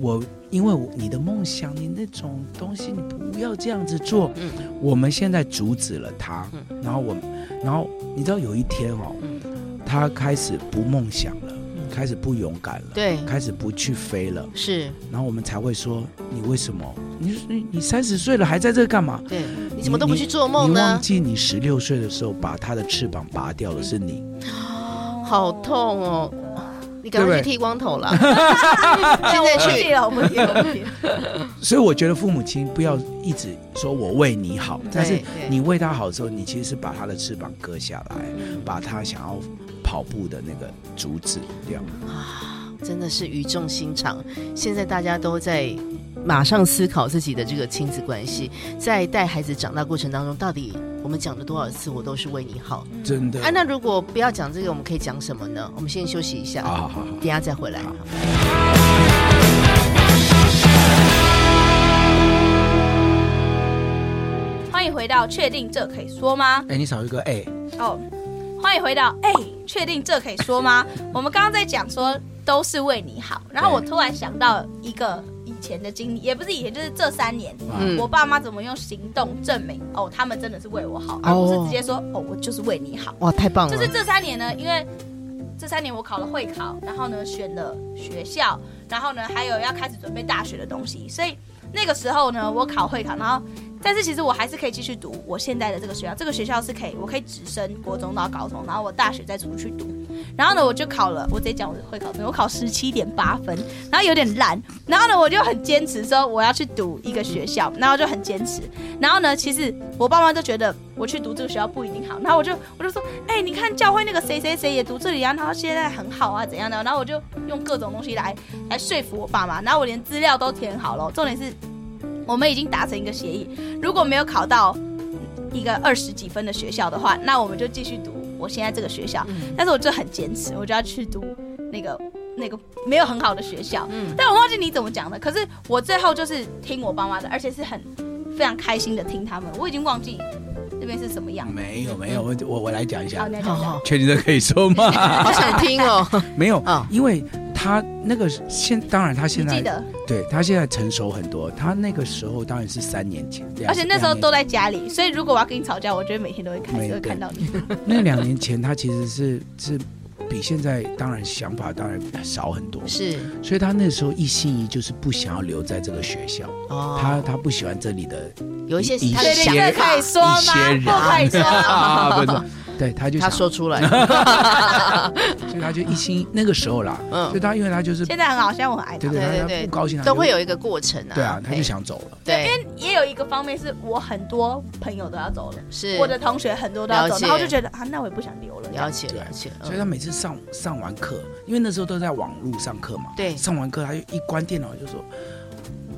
Speaker 2: 我，因为我你的梦想，你那种东西，你不要这样子做。
Speaker 4: 嗯
Speaker 2: 我们现在阻止了他，
Speaker 4: 嗯
Speaker 2: 然后我，然后你知道有一天哦，
Speaker 4: 嗯，
Speaker 2: 他开始不梦想了，
Speaker 4: 嗯
Speaker 2: 开始不勇敢了，
Speaker 4: 对，
Speaker 2: 开始不去飞了，
Speaker 4: 是，
Speaker 2: 然后我们才会说你为什么？你你你三十岁了还在这干嘛？
Speaker 4: 对，你怎么都不去做梦
Speaker 2: 你忘
Speaker 4: 呢？
Speaker 2: 记你十六岁的时候把他的翅膀拔掉的是你，
Speaker 4: 好痛哦！你赶
Speaker 2: 对
Speaker 4: 快
Speaker 2: 不
Speaker 4: 去
Speaker 2: 对
Speaker 4: 剃光头
Speaker 2: [laughs]
Speaker 4: 了，
Speaker 1: 哎
Speaker 4: 现在
Speaker 1: 我不
Speaker 4: 去
Speaker 1: 提。了，哦我不提了，我不提了。
Speaker 2: 所以我觉得父母亲不要一直说我为你好， [laughs] 但是
Speaker 4: 对对
Speaker 2: 你为他好的时候，你其实是把他的翅膀割下来，把他想要跑步的那个阻止掉。
Speaker 4: 真的是语重心长。现在大家都在马上思考自己的这个亲子关系，在带孩子长大过程当中，到底我们讲了多少次“我都是为你好
Speaker 2: 真”？的
Speaker 4: 啊，那如果不要讲这个，我们可以讲什么呢？我们先休息一下，
Speaker 2: 啊好好好好
Speaker 4: 等一下再回来。啊
Speaker 1: 欢迎回到确定这可以说吗？
Speaker 2: 哎，你少一个哎，
Speaker 1: 哦，欢迎回到哎，确定这可以说吗？ [laughs] 我们刚刚在讲说都是为你好，然后我突然想到一个以前的经历，也不是以前，就是这三年，啊
Speaker 4: 嗯
Speaker 1: 我爸妈怎么用行动证明哦，他们真的是为我好，而不是
Speaker 4: 哦
Speaker 1: 直接说哦，我就是为你好。
Speaker 4: 哇，太棒了！
Speaker 1: 就是这三年呢，因为这三年我考了会考，然后呢选了学校，然后呢还有要开始准备大学的东西，所以那个时候呢我考会考，然后但是其实我还是可以继续读我现在的这个学校，这个学校是可以我可以直升国中到高中，然后我大学再出去读。然后呢，我就考了，我直接讲我的会考分，我考十七点八分，然后有点烂。然后呢，我就很坚持说我要去读一个学校，然后就很坚持。然后呢，其实我爸妈就觉得我去读这个学校不一定好，然后我就我就说，哎、你看教会那个谁谁谁也读这里啊，然后现在很好啊，怎样的？然后我就用各种东西来来说服我爸妈，然后我连资料都填好了，重点是我们已经达成一个协议，如果没有考到一个二十几分的学校的话，那我们就继续读我现在这个学校。
Speaker 4: 嗯
Speaker 1: 但是我就很坚持，我就要去读那个那个没有很好的学校。
Speaker 4: 嗯
Speaker 1: 但我忘记你怎么讲的，可是我最后就是听我爸妈的，而且是很非常开心的听他们。我已经忘记那边是什么样
Speaker 2: [laughs]
Speaker 1: 了。
Speaker 2: 没有没有，我我我来讲一
Speaker 1: 好，
Speaker 2: 下，
Speaker 1: 你来
Speaker 4: 好
Speaker 1: 讲讲。
Speaker 4: 好
Speaker 2: 确定这可以
Speaker 1: [laughs]
Speaker 2: 说吗？
Speaker 4: 好想听哦。
Speaker 2: 没有
Speaker 4: 啊，
Speaker 2: 因为他那个现，当然他 [laughs] 现
Speaker 1: 你记
Speaker 2: 在
Speaker 1: 得，
Speaker 2: 对他现在成熟很多，他那个时候当然是三年前，两
Speaker 1: 而且那时候
Speaker 2: 两年
Speaker 1: 都在家里，所以如果我要跟你吵架，我觉得每天都会开
Speaker 2: 没
Speaker 1: 始会
Speaker 2: 对
Speaker 1: 看到你。
Speaker 2: 那两年前，他其实是是比现在当然想法当然少很多，
Speaker 4: 是
Speaker 2: 所以他那时候一心一意就是不想要留在这个学校，
Speaker 4: 哦，
Speaker 2: 他他不喜欢这里的
Speaker 4: 有一些
Speaker 2: 一
Speaker 4: 他的
Speaker 2: 一些
Speaker 4: 想
Speaker 1: 这可以说
Speaker 2: 一
Speaker 1: 吗
Speaker 2: 些？人
Speaker 1: 不可以说
Speaker 2: [laughs]
Speaker 1: 吗。
Speaker 2: 啊，不是，对，他就
Speaker 4: 他
Speaker 2: 想，
Speaker 4: 说出来，
Speaker 2: [laughs] 所以他就一心那个时候啦，
Speaker 4: 嗯
Speaker 2: 所以他因为他就是
Speaker 1: 现在很好，现在我很爱他
Speaker 2: 对
Speaker 1: 们。
Speaker 2: 对
Speaker 4: 对
Speaker 2: 他
Speaker 4: 对
Speaker 2: 他不高兴，他
Speaker 4: 都
Speaker 2: 就
Speaker 4: 会有一个过程啊。
Speaker 2: 对啊，他
Speaker 4: 嘿
Speaker 2: 就想走了，
Speaker 4: 对，
Speaker 1: 也有一个方面是我很多朋友都要走了，
Speaker 4: 是
Speaker 1: 我的同学很多都要
Speaker 4: 了
Speaker 1: 走，
Speaker 4: 解
Speaker 1: 然后就觉得啊，那我也不想留了。这样
Speaker 4: 了解了解，
Speaker 2: 所以
Speaker 4: 嗯
Speaker 2: 他每次上上完课，因为那时候都在网络上课嘛，
Speaker 4: 对
Speaker 2: 上完课他就一关电脑就说。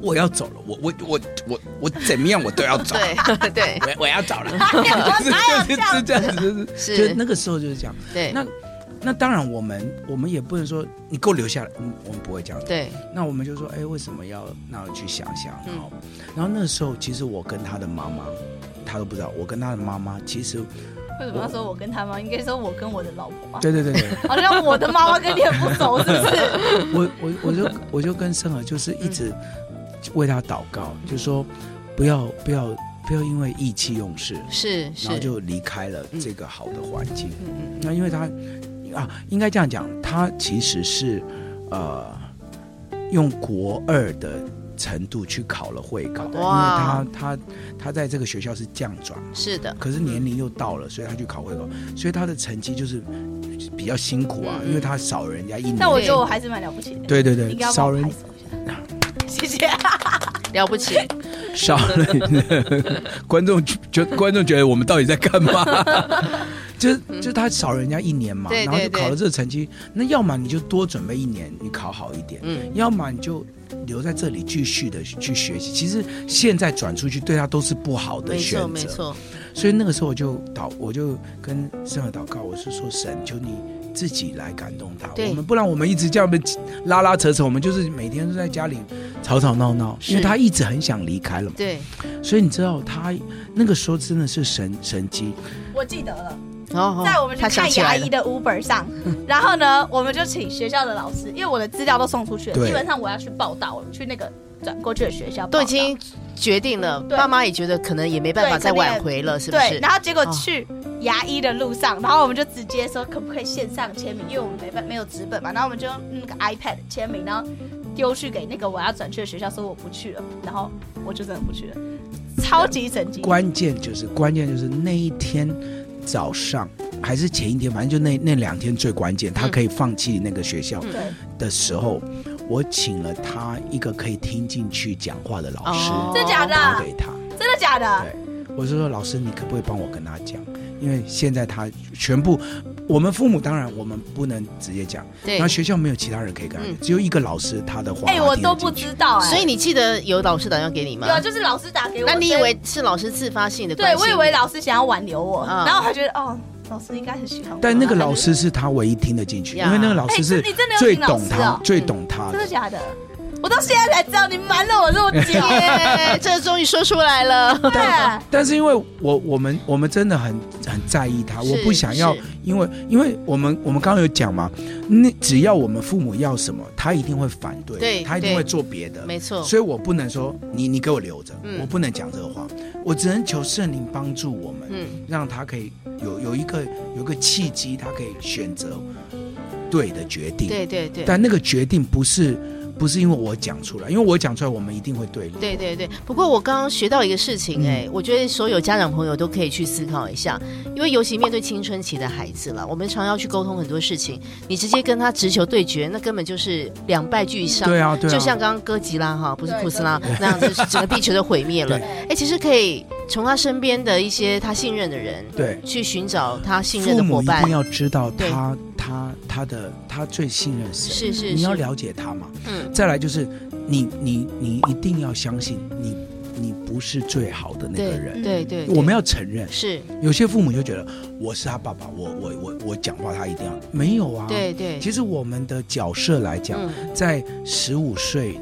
Speaker 2: 我要走了，我我我我我怎么样我都要走，
Speaker 4: 嗯对 [laughs] 对
Speaker 2: 我我要走
Speaker 1: [laughs]
Speaker 2: 了，[laughs]
Speaker 4: [laughs]
Speaker 1: 哎
Speaker 2: 是
Speaker 1: 呀哪有这
Speaker 2: 就
Speaker 1: 样
Speaker 2: 是这样子，就是就是那，个时候就是这样。
Speaker 4: 对
Speaker 2: 那那当然，我们我们也不能说你给我留下来，嗯我们不会这样子。
Speaker 4: 对
Speaker 2: 那我们就说，哎，为什么要那我去想想？
Speaker 4: 嗯
Speaker 2: 然后，然后那时候其实我跟他的妈妈，他都不知道，我跟他的妈妈其
Speaker 4: [laughs]
Speaker 2: 实，
Speaker 1: 为什么要说我跟他妈？应该说我跟我的老婆吧。
Speaker 2: 对对对对，
Speaker 1: 好像我的妈妈跟你很不熟，是不是？
Speaker 4: [laughs]
Speaker 2: 我我我就我就跟生儿就是一直
Speaker 4: 嗯
Speaker 2: 为他祷告，就说不要不要不要因为意气用事，
Speaker 4: 是嗯
Speaker 2: 然后
Speaker 4: 是，
Speaker 2: 就离开了这个好的环境。
Speaker 4: 嗯嗯
Speaker 2: 那因为他啊，应该这样讲，他其实是呃用国二的程度去考了会考，因为
Speaker 4: 哇
Speaker 2: 他他他在这个学校是降转，
Speaker 4: 嗯，是的，
Speaker 2: 可是年龄又到了，所以他去考会考，所以他的成绩就是比较辛苦啊，
Speaker 4: 嗯嗯
Speaker 2: 因为他少人家一年。
Speaker 1: 但我觉得我还是蛮了不起的，
Speaker 2: 对对对
Speaker 1: 应该，要帮
Speaker 2: 少
Speaker 1: 我拍
Speaker 2: 人
Speaker 1: 手一下。 [laughs] 谢谢。
Speaker 4: 了不起，
Speaker 2: 少人，观众觉观众觉得我们到底在干嘛？
Speaker 4: [laughs]
Speaker 2: 就是就是他少人家一年嘛，
Speaker 4: 对
Speaker 2: 然后
Speaker 4: 对
Speaker 2: 就考了这个成绩，那要么你就多准备一年，你考好一点；
Speaker 4: 嗯，
Speaker 2: 要么你就留在这里继续的去学习。其实现在转出去对他都是不好的
Speaker 4: 没
Speaker 2: 选
Speaker 4: 错
Speaker 2: 择，
Speaker 4: 没错，
Speaker 2: 所以那个时候我就祷，我就跟神祷告，我是说神，求你自己来感动他。
Speaker 4: 对
Speaker 2: 我们不然我们一直这样被拉拉扯扯，我们就是每天都在家里吵吵闹闹，因为
Speaker 4: 是
Speaker 2: 他一直很想离开了嘛。
Speaker 4: 对，
Speaker 2: 所以你知道他那个时候真的是神神机，
Speaker 1: 我记得了，
Speaker 4: 哦
Speaker 1: 在我们去
Speaker 4: 他想
Speaker 1: 看
Speaker 4: 起
Speaker 1: 牙
Speaker 4: 来
Speaker 1: 医
Speaker 4: 了，
Speaker 1: 的 Uber
Speaker 4: [laughs]
Speaker 1: 上，然后呢，我们就请学校的老师，因为我的资料都送出去了，
Speaker 2: 对
Speaker 1: 基本上我要去报道，去那个转过去的学校报道，
Speaker 4: 都已经决定了，
Speaker 1: 对
Speaker 4: 爸妈也觉得可能也没办法
Speaker 1: 对
Speaker 4: 再
Speaker 1: 可能也
Speaker 4: 挽回了，是不
Speaker 1: 对，
Speaker 4: 是？
Speaker 1: 然后结果
Speaker 4: 哦
Speaker 1: 去牙医的路上，然后我们就直接说可不可以线上签名，因为我们没办没有纸本嘛，然后我们就用那个 iPad 签名，然后丢去给那个我要转去的学校，说我不去了，然后我就真的不去了，超级神奇。
Speaker 2: 关键就是关键就是那一天早上还是前一天，反正就那那两天最关键，他可以放弃那个学校
Speaker 4: 嗯
Speaker 1: 对，
Speaker 2: 的时候，我请了他一个可以听进去讲话的老师，
Speaker 4: 哦
Speaker 1: 真假的
Speaker 2: 打给他。
Speaker 1: 真的假的？
Speaker 2: 对，我是说老师，你可不可以帮我跟他讲？因为现在他全部，我们父母当然我们不能直接讲，
Speaker 4: 对
Speaker 2: 然后学校没有其他人可以跟他讲，
Speaker 4: 嗯
Speaker 2: 只有一个老师他的话，
Speaker 1: 哎、
Speaker 2: 他
Speaker 1: 我
Speaker 2: 听得
Speaker 1: 都不
Speaker 2: 进去
Speaker 1: 知道哎、
Speaker 4: 所以你记得有老师打电话给你吗
Speaker 1: 有？啊，就是老师打给我，
Speaker 4: 那你以
Speaker 1: 所
Speaker 4: 为是老师自发性的
Speaker 1: 对
Speaker 4: 关心
Speaker 1: 我
Speaker 4: 你？
Speaker 1: 以为老师想要挽留我，
Speaker 4: 嗯
Speaker 1: 然后还觉得哦，老师应该很喜欢我。
Speaker 2: 但那个
Speaker 1: 然后
Speaker 2: 老师是他唯一听得进去，
Speaker 4: 呀
Speaker 2: 因为那个老
Speaker 1: 哎
Speaker 2: 师是
Speaker 1: 真你真的有
Speaker 2: 最
Speaker 1: 请老
Speaker 2: 懂
Speaker 1: 师
Speaker 2: 他
Speaker 1: 哦、
Speaker 4: 嗯
Speaker 2: 最懂他
Speaker 1: 他就，真
Speaker 2: 的
Speaker 1: 的。假的？我到现在才知道你瞒了我这么久。
Speaker 4: 耶，这终于说出来
Speaker 2: [laughs]
Speaker 4: 了。
Speaker 1: 对，
Speaker 2: 但是因为我我们我们真的很很在意他，我
Speaker 4: 是
Speaker 2: 不想要
Speaker 4: 是，
Speaker 2: 因为因为我们我们刚刚有讲嘛，那只要我们父母要什么，他一定会反对，
Speaker 4: 对
Speaker 2: 他一定
Speaker 4: 对
Speaker 2: 会做别的，
Speaker 4: 没错，
Speaker 2: 所以我不能说你你给我留着，
Speaker 4: 嗯
Speaker 2: 我不能讲这个话，我只能求圣灵帮助我们，
Speaker 4: 嗯，
Speaker 2: 让他可以有有一个有一个契机，他可以选择对的决定。
Speaker 4: 对对对。
Speaker 2: 但那个决定不是不是因为我讲出来，因为我讲出来我们一定会对立。
Speaker 4: 对对对，不过我刚刚学到一个
Speaker 2: 嗯
Speaker 4: 事情、哎、我觉得所有家长朋友都可以去思考一下，因为尤其面对青春期的孩子了，我们常要去沟通很多事情，你直接跟他直球对决，那根本就是两败俱伤。
Speaker 2: 对啊，对啊，
Speaker 4: 就像刚刚哥吉拉哈，不是
Speaker 1: 对
Speaker 4: 库斯拉那样子，整个地球都毁灭了。
Speaker 2: 对
Speaker 1: 嗯
Speaker 4: 哎、其实可以从他身边的一些他信任的人，
Speaker 2: 对
Speaker 4: 去寻找他信任
Speaker 2: 父
Speaker 4: 的
Speaker 2: 母
Speaker 4: 伙
Speaker 2: 一定
Speaker 4: 伴。
Speaker 2: 要知道
Speaker 4: 对
Speaker 2: 他他他的他最信任谁，
Speaker 4: 是是
Speaker 2: 你要
Speaker 4: 是，
Speaker 2: 了解他嘛。
Speaker 4: 嗯，
Speaker 2: 再来就是你你你一定要相信你你不是最好的那个人。
Speaker 4: 对嗯对，
Speaker 2: 我们
Speaker 4: 要
Speaker 2: 要承认，
Speaker 4: 是，
Speaker 2: 有些父母就觉得我是他爸爸，我我我我讲话他一定要没有啊。，
Speaker 4: 对对，
Speaker 2: 其实啊我们的角色来讲，
Speaker 4: 嗯
Speaker 2: 在十五岁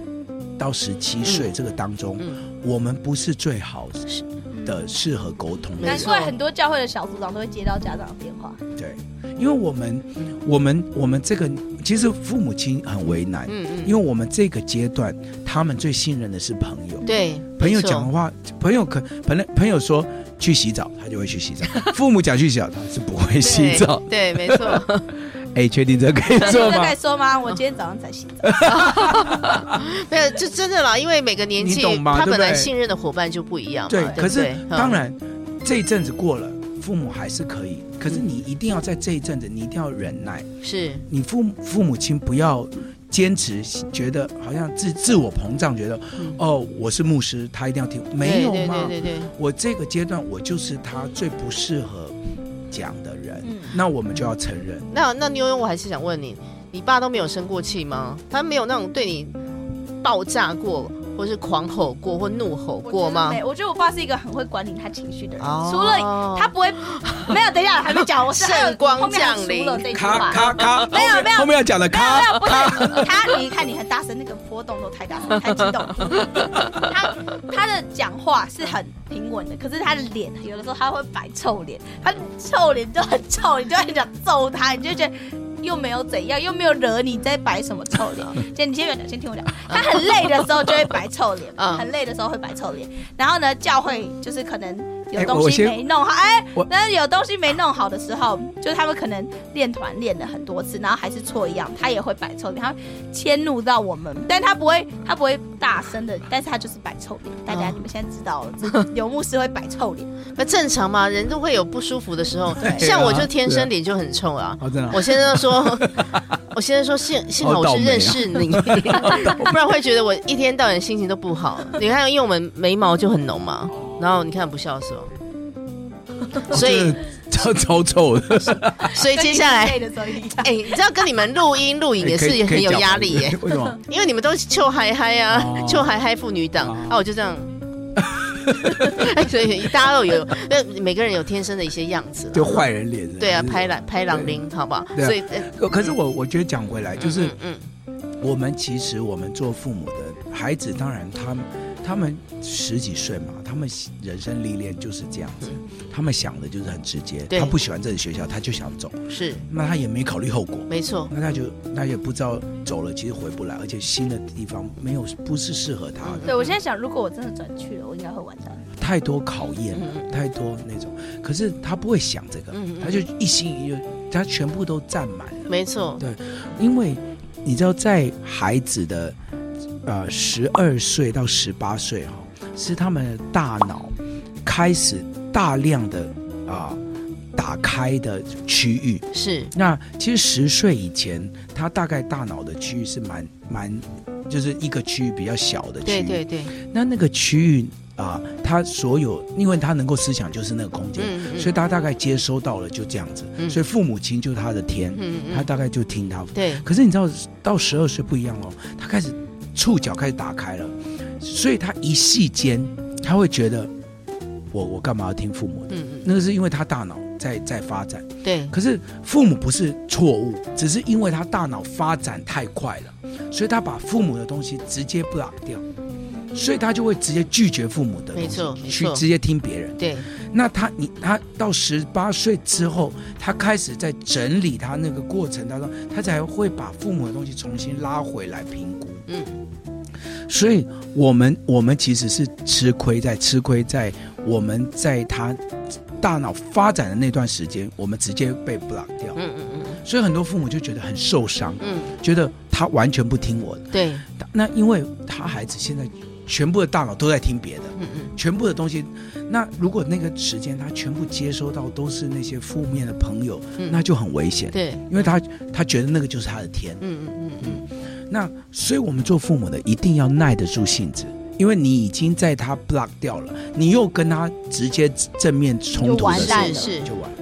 Speaker 2: 到十七岁这个当中，
Speaker 4: 嗯
Speaker 2: 我们不是最好
Speaker 4: 是
Speaker 2: 的适合沟通的
Speaker 4: 没
Speaker 1: 难
Speaker 4: 错
Speaker 2: 人，
Speaker 1: 怪很多教会的小组长都会接到家长的电话。
Speaker 2: 对，因为我们我们我们这个其实父母亲很为难，
Speaker 4: 嗯嗯，
Speaker 2: 因为我们这个阶段他们最信任的是朋友。
Speaker 4: 对
Speaker 2: 朋友
Speaker 4: 没错
Speaker 2: 讲的话，朋友可本来朋友说去洗澡，他就会去洗
Speaker 4: [laughs]
Speaker 2: 澡；父母讲去洗澡，他是不 [laughs] 会洗澡。
Speaker 4: 对，对没
Speaker 2: [laughs]
Speaker 4: 错。
Speaker 2: 哎，确定这可
Speaker 1: 你
Speaker 2: 以
Speaker 1: 这
Speaker 2: 做
Speaker 4: [laughs]
Speaker 2: 吗？
Speaker 1: 在说吗？我今天早上
Speaker 2: [laughs]
Speaker 1: 才洗澡。
Speaker 4: 没有，就真的啦，因为每个年纪
Speaker 2: 你懂，吗
Speaker 4: 他本来
Speaker 2: 对不对
Speaker 4: 信任的伙伴就不一样嘛。
Speaker 2: 对
Speaker 4: 对，不
Speaker 2: 可是
Speaker 4: 对嗯
Speaker 2: 当然这一阵子过了，父母还是可以，可是你一定要在这一阵子，你一定要忍耐，
Speaker 4: 是
Speaker 2: 你父母父母亲不要。坚持觉得好像自自我膨胀，觉得、
Speaker 4: 嗯
Speaker 2: 哦，我是牧师，他一定要听，没有
Speaker 4: 对
Speaker 2: 嘛？
Speaker 4: 对对对对，
Speaker 2: 我这个阶段，我就是他最不适合讲的人，
Speaker 1: 嗯
Speaker 2: 那我们就要承认。
Speaker 4: 那那妞妞，我还是想问你，你爸都没有生过气吗？他没有那种对你爆炸过，或是狂吼过，或怒吼
Speaker 1: 我
Speaker 4: 过
Speaker 1: 觉得
Speaker 4: 吗？
Speaker 1: 没我觉得我爸是一个很会管理他情绪的人，
Speaker 4: 哦
Speaker 1: 除了他不会，没有，等一下还没讲，我是还有
Speaker 4: 圣光
Speaker 1: 后面还
Speaker 4: 降临
Speaker 1: 除了这句
Speaker 2: 咔
Speaker 1: 话。
Speaker 2: 咔咔，
Speaker 1: 没有
Speaker 2: 后面
Speaker 1: 没有
Speaker 2: 后面要讲的咔
Speaker 4: 哎
Speaker 1: 没有，不是他，你看你很大声，那个波动都太大声，太激动了。 [laughs] 他他的讲话是很平稳的，可是他的脸有的时候他会摆臭脸，他臭脸就很臭，你就很想揍他，你就觉得。又没有怎样，又没有惹你，在摆什么臭 [laughs] 脸？先你先别讲，先听我讲。他很累的时候就会摆臭脸，
Speaker 4: 嗯
Speaker 1: 很累的时候会摆臭脸。然后呢，教会就是可能有
Speaker 2: 哎
Speaker 1: 东
Speaker 2: 我
Speaker 1: 西
Speaker 2: 先
Speaker 1: 没弄好，哎、
Speaker 2: 我
Speaker 1: 但是有东西没弄好的时候，就是他们可能练团练了很多次，然后还是错一样，他也会摆臭脸，他会迁怒到我们，但他不会，他不会大声的，但是他就是摆臭脸。大家、
Speaker 4: 哦
Speaker 1: 你们现在知道了，这刘牧师会摆臭脸，
Speaker 4: 那正常嘛，人都会有不舒服的时候。
Speaker 2: 对啊
Speaker 4: 像我就天生脸就很臭啊。
Speaker 2: 哦，真的啊
Speaker 4: [laughs] 我先生说，我先生说幸幸好
Speaker 2: 好
Speaker 4: 我
Speaker 2: 倒
Speaker 4: 是
Speaker 2: 霉啊
Speaker 4: 认识你，
Speaker 2: [laughs]
Speaker 4: 不然会觉得我一天到晚心情都不好。你看，因为我们眉毛就很浓嘛，然后你看不孝顺，
Speaker 2: 哦
Speaker 4: 所以
Speaker 2: 真的超超臭的，
Speaker 4: 所以接下来，
Speaker 1: [laughs] 累的时候一样。
Speaker 4: 哎、你知道 [laughs] 跟你们录音录影也是
Speaker 2: 可以可以
Speaker 4: 很有
Speaker 2: 讲
Speaker 4: 压
Speaker 2: 吗
Speaker 4: 力耶、
Speaker 2: [laughs] 为什么？
Speaker 4: 因为你们都是臭嗨嗨啊，
Speaker 2: 哦
Speaker 4: 臭嗨嗨妇女党、
Speaker 2: 哦
Speaker 4: 啊，我就这样。哎， [laughs] 所以大家都有，那每个人有天生的一些样子啦。
Speaker 2: 就坏人脸。
Speaker 4: [laughs] 对啊，拍朗拍朗铃，好不好？
Speaker 2: 对啊
Speaker 4: 所以呃
Speaker 2: 可可是我我觉得讲回来，就是
Speaker 4: 嗯嗯
Speaker 2: 我们其实我们做父母的孩子，当然他们他们十几岁嘛，他们人生历练就是这样子，他们想的就是很直接，
Speaker 4: 对
Speaker 2: 他不喜欢这个学校，他就想走，
Speaker 4: 嗯是
Speaker 2: 那他也没考虑后果。
Speaker 4: 没错，
Speaker 2: 那他就他也不知道走了，其实回不来，而且新的地方没有不是适合他的，
Speaker 1: 对我现在想，如果我真的转去了，我应该会完蛋。
Speaker 2: 太多考验
Speaker 4: 嗯，嗯
Speaker 2: 太多那种。可是他不会想这个
Speaker 4: 嗯嗯，
Speaker 2: 他就一心一意，他全部都占满了。
Speaker 4: 没错，
Speaker 2: 因为你知道，在孩子的呃十二岁到十八岁哈、是他们的大脑开始大量的啊、打开的区域。
Speaker 4: 是
Speaker 2: 那其实十岁以前，他大概大脑的区域是蛮蛮，就是一个区域比较小的区
Speaker 4: 对
Speaker 2: 域。
Speaker 4: 对对，
Speaker 2: 那那个区域啊、他所有，因为他能够思想就是那个空间，
Speaker 4: 嗯
Speaker 2: 所以
Speaker 4: 嗯
Speaker 2: 他大概接收到了就这样子。
Speaker 4: 嗯
Speaker 2: 所以父母亲就是他的天，
Speaker 4: 嗯
Speaker 2: 他
Speaker 4: 嗯，
Speaker 2: 大概就听他
Speaker 4: 对，
Speaker 2: 可是你知道，到十二岁不一样哦，他开始触角开始打开了，所以他一细间，他会觉得我我干嘛要听父母的？
Speaker 4: 嗯
Speaker 2: 那个是因为他大脑在在发展，
Speaker 4: 嗯对，
Speaker 2: 可是父母不是错误，只是因为他大脑发展太快了，所以他把父母的东西直接不打掉，所以他就会直接拒绝父母的东西
Speaker 4: 没错没
Speaker 2: 去
Speaker 4: 错
Speaker 2: 直接听别人。
Speaker 4: 对，
Speaker 2: 那他你他到十八岁之后，他开始在整理他那个过程当中，他才会把父母的东西重新拉回来评估。
Speaker 4: 嗯，
Speaker 2: 所以我们我们其实是吃亏在吃亏在我们在他大脑发展的那段时间，我们直接被 block 掉，
Speaker 4: 嗯嗯嗯
Speaker 2: 所以很多父母就觉得很受伤，
Speaker 4: 嗯，
Speaker 2: 觉得他完全不听我的。
Speaker 4: 对，
Speaker 2: 那因为他孩子现在全部的大脑都在听别的。
Speaker 4: 嗯嗯
Speaker 2: 全部的东西。那如果那个时间他全部接收到都是那些负面的朋友，
Speaker 4: 嗯
Speaker 2: 那就很危险，
Speaker 4: 对，
Speaker 2: 因为他他觉得那个就是他的天。
Speaker 4: 嗯嗯嗯嗯，
Speaker 2: 那所以我们做父母的一定要耐得住性子。因为你已经在他 block 掉了，你又跟他直接正面冲
Speaker 1: 就
Speaker 2: 突的
Speaker 1: 完
Speaker 2: 时
Speaker 1: 蛋
Speaker 2: 候，
Speaker 1: 了
Speaker 4: 是
Speaker 2: 就完了。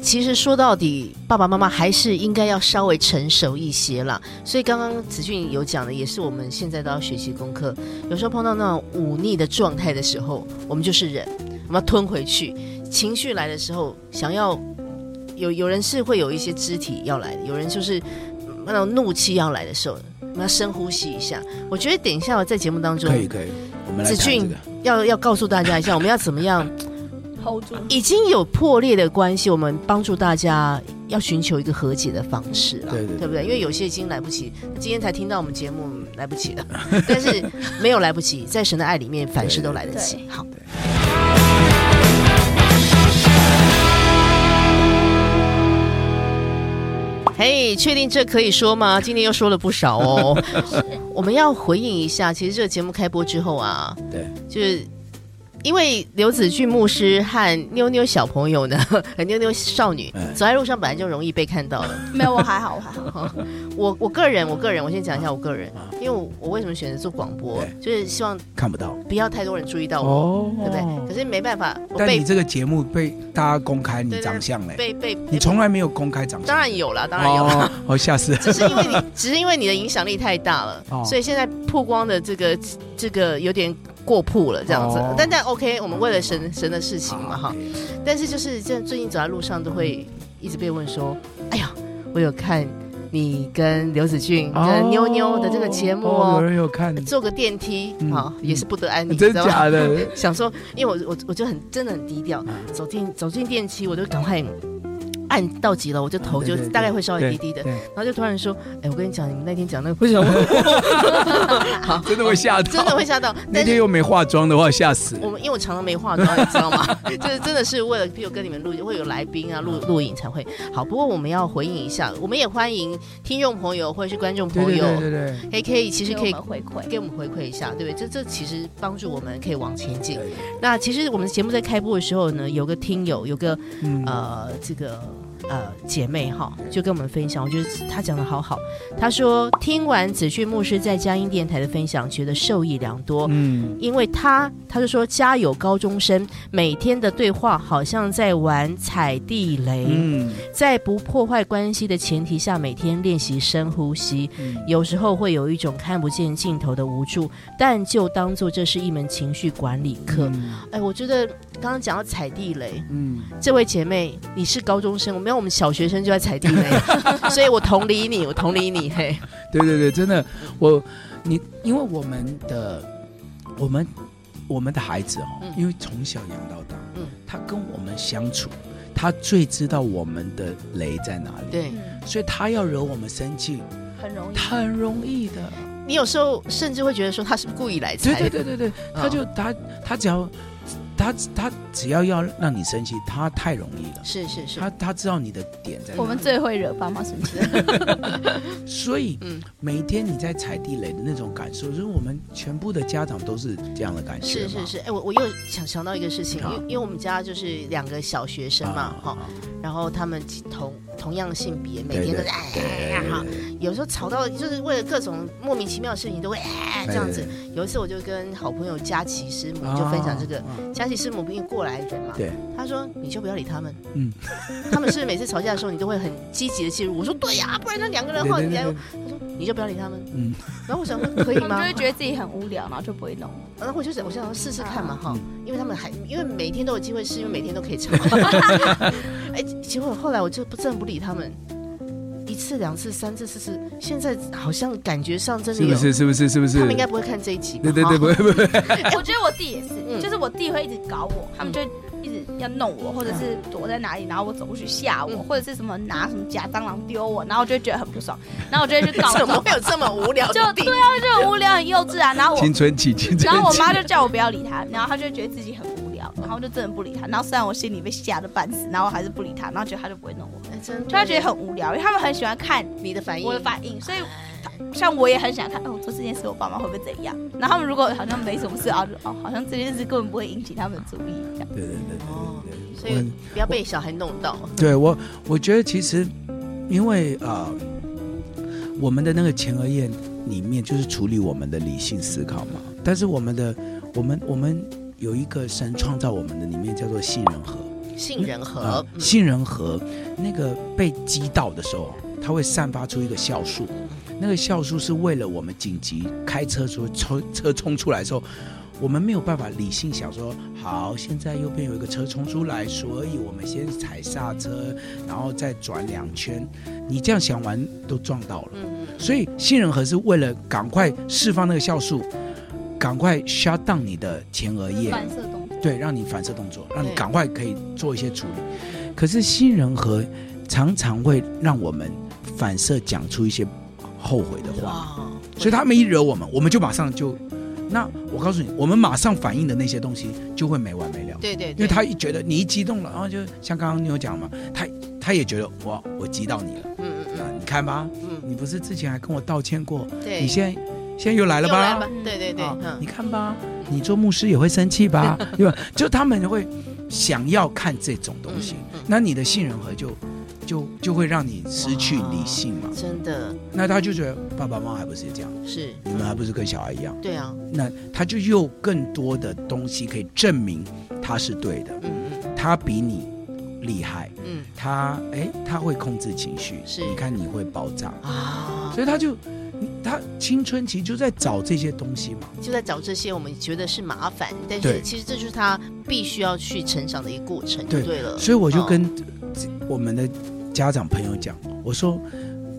Speaker 4: 其实说到底，爸爸妈妈还是应该要稍微成熟一些啦。所以刚刚子俊有讲的，也是我们现在都要学习功课。有时候碰到那种忤逆的状态的时候，我们就是忍，我们要吞回去。情绪来的时候，想要有有人是会有一些肢体要来的，有人就是嗯那种怒气要来的时候，我们要深呼吸一下。我觉得等一下我在节目当中
Speaker 2: 可以可以，我们来
Speaker 4: 子
Speaker 2: 谈这
Speaker 4: 俊
Speaker 2: 个。
Speaker 4: 要要告诉大家一下，我们要怎么样
Speaker 1: hold 住。
Speaker 4: 已经有破裂的关系，我们帮助大家要寻求一个和解的方式了，
Speaker 2: 对对对
Speaker 4: 不对？因为有些已经来不及，今天才听到我们节目来不及了， [laughs] 但是没有来不及，在神的爱里面，凡事都来得及
Speaker 1: 对。
Speaker 4: 好，嘿确定这可以说吗？今天又说了不少 [laughs] 哦。我们要回应一下，其实这个节目开播之后啊，
Speaker 2: 对，
Speaker 4: 就是因为刘子俊牧师和妞妞小朋友呢， [laughs] 妞妞少女
Speaker 2: 哎
Speaker 4: 走在路上本来就容易被看到了。
Speaker 1: 没有，我还好，我还好。
Speaker 4: 我我个人，我个人，我先讲一下我个人，
Speaker 2: 啊
Speaker 4: 因为我我为什么选择做广播，就是希望
Speaker 2: 看不到
Speaker 4: 不要太多人注意到我，
Speaker 2: 哦，
Speaker 4: 对不对？可是没办法，我
Speaker 2: 但
Speaker 4: 被
Speaker 2: 你这个节目被大家公开
Speaker 4: 对
Speaker 2: 你
Speaker 4: 对
Speaker 2: 长相嘞，
Speaker 4: 被被
Speaker 2: 你从来没有公开长相，
Speaker 4: 当然有啦，当然有啦。
Speaker 2: 哦，哦，下次
Speaker 4: 只是因为你，只是因为你的影响力太大了，
Speaker 2: 哦
Speaker 4: 所以现在曝光的这个这个有点过曝了，这样子。
Speaker 2: 哦
Speaker 4: 但但 OK，我们为了神神的事情嘛
Speaker 2: 好
Speaker 4: 哈
Speaker 2: 可。以
Speaker 4: 但是就是这最近走在路上都会一直被问说，哎呀，我有看你跟刘子俊跟妞妞 [laughs] 的这个节目
Speaker 2: 哦哦有
Speaker 4: 哦，
Speaker 2: 人有看，
Speaker 4: 坐个电梯
Speaker 2: 嗯
Speaker 4: 啊也是不得安宁，
Speaker 2: 真
Speaker 4: 知道吗？
Speaker 2: 假的？嗯
Speaker 4: 想说，因为我我我就很真的很低调，走进走进电梯，我就赶快按到几楼，我就头就
Speaker 2: 对对对
Speaker 4: 大概会稍微低低的。
Speaker 2: 对，
Speaker 4: 然后就突然说：“哎、我跟你讲，你们那天讲那个不行，
Speaker 2: [laughs]
Speaker 4: 我好，
Speaker 2: 真的会吓到，
Speaker 4: [laughs] 真的会。哦吓到。
Speaker 2: 那
Speaker 4: 但
Speaker 2: 天
Speaker 4: 是
Speaker 2: 又没化妆的话，吓死。
Speaker 4: 我们因为我常常没化妆，你知道吗？ [laughs] 就是真的是为了，比如跟你们录，会有来宾啊，录录影才会好。不过我们要回应一下，我们也欢迎听众朋友或者是观众
Speaker 2: 对
Speaker 4: 朋
Speaker 2: 对
Speaker 4: 友，
Speaker 2: 对对对
Speaker 4: 可以可以， [laughs] 其实
Speaker 1: 给
Speaker 4: 可
Speaker 1: 我
Speaker 4: 以
Speaker 1: 们回馈，
Speaker 4: 给我们回馈一下，对不对？这这其实帮助我们可以往前进。
Speaker 2: 对，
Speaker 4: 那其实我们节目在开播的时候呢，有个听友，有个
Speaker 2: 嗯，
Speaker 4: 呃，这个呃姐妹哈，就跟我们分享，我觉得她讲的好好。她说听完子俊牧师在佳音电台的分享，觉得受益良多。
Speaker 2: 嗯，
Speaker 4: 因为他他就说家有高中生，每天的对话好像在玩踩地雷，
Speaker 2: 嗯，
Speaker 4: 在不破坏关系的前提下，每天练习深呼吸。
Speaker 2: 嗯
Speaker 4: 有时候会有一种看不见尽头的无助，但就当做这是一门情绪管理课。哎，我觉得刚刚讲到踩地雷，
Speaker 2: 嗯，
Speaker 4: 这位姐妹，你是高中生，我没有，我们小学生就在踩
Speaker 2: [laughs]
Speaker 4: 地雷，所以我同理你，我同理你，嘿，
Speaker 2: 对对对，真的，我你因为我们的我们我们的孩子哦，
Speaker 4: 嗯
Speaker 2: 因为从小养到大，
Speaker 4: 嗯
Speaker 2: 他跟我们相处，他最知道我们的雷在哪里，
Speaker 4: 对。
Speaker 2: 所以他要惹我们生气，
Speaker 1: 嗯很容易。
Speaker 2: 他很容易的。
Speaker 4: 你有时候甚至会觉得说他是不是故意来踩
Speaker 2: 对
Speaker 4: 的，
Speaker 2: 对对对对，
Speaker 4: 嗯
Speaker 2: 他就他他只要他他只要要让你生气，他太容易了。
Speaker 4: 是是是，
Speaker 2: 他他知道你的点在
Speaker 1: 我
Speaker 2: 哪
Speaker 1: 们，最会惹爸妈生气
Speaker 4: [laughs]
Speaker 1: 了，
Speaker 2: 所以
Speaker 4: 嗯
Speaker 2: 每天你在踩地雷的那种感受，就是我们全部的家长都是这样的感觉
Speaker 4: 是
Speaker 2: 嘛
Speaker 4: 是是，哎、我我又想想到一个事情，因
Speaker 2: 啊
Speaker 4: 为因为我们家就是两个小学生嘛，哈、
Speaker 2: 啊
Speaker 4: 然后他们同同样性别，每
Speaker 2: 对
Speaker 4: 天都
Speaker 2: 对
Speaker 4: 在哎
Speaker 2: 对
Speaker 4: 呀哈，有时候吵到就是为了各种莫名其妙的事情都会哎这样子。有一次我就跟好朋友佳琪师母就分享这个，
Speaker 2: 啊
Speaker 4: 佳琪师母毕竟过来人嘛，
Speaker 2: 对，
Speaker 4: 他说你就不要理他们，
Speaker 2: 嗯，
Speaker 4: [laughs] 他们是不是每次吵架的时候你都会很积极的介入，我说对呀、不然那两个人的话
Speaker 2: 对对
Speaker 4: 你来，
Speaker 2: 对，
Speaker 4: 他说你就不要理他们，
Speaker 2: 嗯，
Speaker 4: 然后我想说可以
Speaker 1: 我们
Speaker 4: 吗
Speaker 1: 就？会觉得自己很无聊，然后就不会弄。
Speaker 4: 然后我就想，我想要试试看嘛，哈、
Speaker 2: 嗯
Speaker 4: 因为他们还因为每天都有机会试，因为每天都可
Speaker 2: [laughs]
Speaker 4: 以吵。哎，结果后来我就不真的不理他们，一次、两次、三次、四次，现在好像感觉上真的
Speaker 2: 是不
Speaker 4: 有，
Speaker 2: 是是不是是不是？
Speaker 4: 他们应该不会看这一集吧，
Speaker 2: 对对对，
Speaker 4: 哈
Speaker 2: 不会不会，
Speaker 1: [laughs] 我觉得我弟也
Speaker 4: 嗯
Speaker 1: 是，就是我弟会一直搞我，他们就一直要弄我，或者是躲在哪里，然后我走过去吓我，
Speaker 4: 嗯
Speaker 1: 或者是什么拿什么假蟑螂丢我，然后我就会觉得很不爽，然后我就会去 [laughs] 告
Speaker 4: [laughs] 怎么
Speaker 1: 状，
Speaker 4: 会有这么无聊
Speaker 1: [laughs] 就
Speaker 4: 的地
Speaker 1: 对？啊，就很无聊很幼稚啊，然后我
Speaker 2: 青春期青春期。
Speaker 1: 然后我妈就叫我不要理他，然后他就觉得自己很无聊，然后就真的不理他。然后虽然我心里被吓得半死，然后我还是不理他，然后觉得他就不会弄我，
Speaker 4: 哎真的，
Speaker 1: 就他觉得很无聊，因为他们很喜欢看
Speaker 4: 你的反应，
Speaker 1: 我的反应，所以他像我也很想看，哦，我做这件事我爸妈会不会怎样？然后他们如果好像没什么事啊，就哦，好像这件事根本不会引起他们的注意，这样
Speaker 2: 对对对对
Speaker 4: 哦
Speaker 2: 对对，
Speaker 4: 所以不要被小孩弄到。
Speaker 2: 对我，我觉得其实因为啊、我们的那个前额叶里面就是处理我们的理性思考嘛，但是我们的我们我们有一个神创造我们的里面叫做杏仁核
Speaker 4: 杏仁核，
Speaker 2: 啊
Speaker 4: 嗯
Speaker 2: 杏仁核那个被击到的时候，它会散发出一个酵素，那个酵素是为了我们紧急开车时候冲车冲出来的时候。我们没有办法理性想说，好，现在右边有一个车冲出来，所以我们先踩刹车，然后再转两圈。你这样想完都撞到了，
Speaker 4: 嗯，嗯
Speaker 2: 所以杏仁核是为了赶快释放那个酵素，赶快 shut down 你的前额叶，
Speaker 1: 反射动作。
Speaker 2: 对，让你反射动作，让你
Speaker 4: 对
Speaker 2: 赶快可以做一些处理。可是杏仁核常常会让我们反射讲出一些后悔啊的话，
Speaker 4: 嗯哇，
Speaker 2: 所以他们一惹我们，我们就马上就。那我告诉你，我们马上反应的那些东西就会没完没了，
Speaker 4: 对对，
Speaker 2: 因为
Speaker 4: 对
Speaker 2: 他一觉得你一激动了，然后就像刚刚你有讲嘛，他他也觉得我我激到你了，
Speaker 4: 嗯
Speaker 2: 那
Speaker 4: 嗯
Speaker 2: 你看吧，
Speaker 4: 嗯
Speaker 2: 你不是之前还跟我道歉过，
Speaker 4: 嗯，对，
Speaker 2: 你现在现在又来了
Speaker 4: 又
Speaker 2: 吧？
Speaker 4: 来吧，对对对，
Speaker 2: 啊
Speaker 4: 嗯
Speaker 2: 你，看吧，你做牧师也会生气
Speaker 4: [laughs]
Speaker 2: 吧，对吧？就他们会想要看这种东西，
Speaker 4: 嗯嗯
Speaker 2: 那你的杏仁核就就就会让你失去理性嘛。
Speaker 4: 嗯真的
Speaker 2: 那他就觉得爸爸妈妈还不是这样，
Speaker 4: 是，
Speaker 2: 你们还不是跟小孩一样？
Speaker 4: 对啊，
Speaker 2: 那他就又更多的东西可以证明他是对的，
Speaker 4: 嗯嗯
Speaker 2: 他比你厉害，
Speaker 4: 嗯
Speaker 2: 他哎他会控制情绪，
Speaker 4: 是
Speaker 2: 你看你会爆炸，
Speaker 4: 啊，
Speaker 2: 所以他就他青春期就在找这些东西嘛。
Speaker 4: 就在找这些我们觉得是麻烦，但是
Speaker 2: 对
Speaker 4: 其实这就是他必须要去成长的一个过程，就
Speaker 2: 对
Speaker 4: 对了。
Speaker 2: 所以我就
Speaker 4: 嗯
Speaker 2: 跟我们的家长朋友讲，我说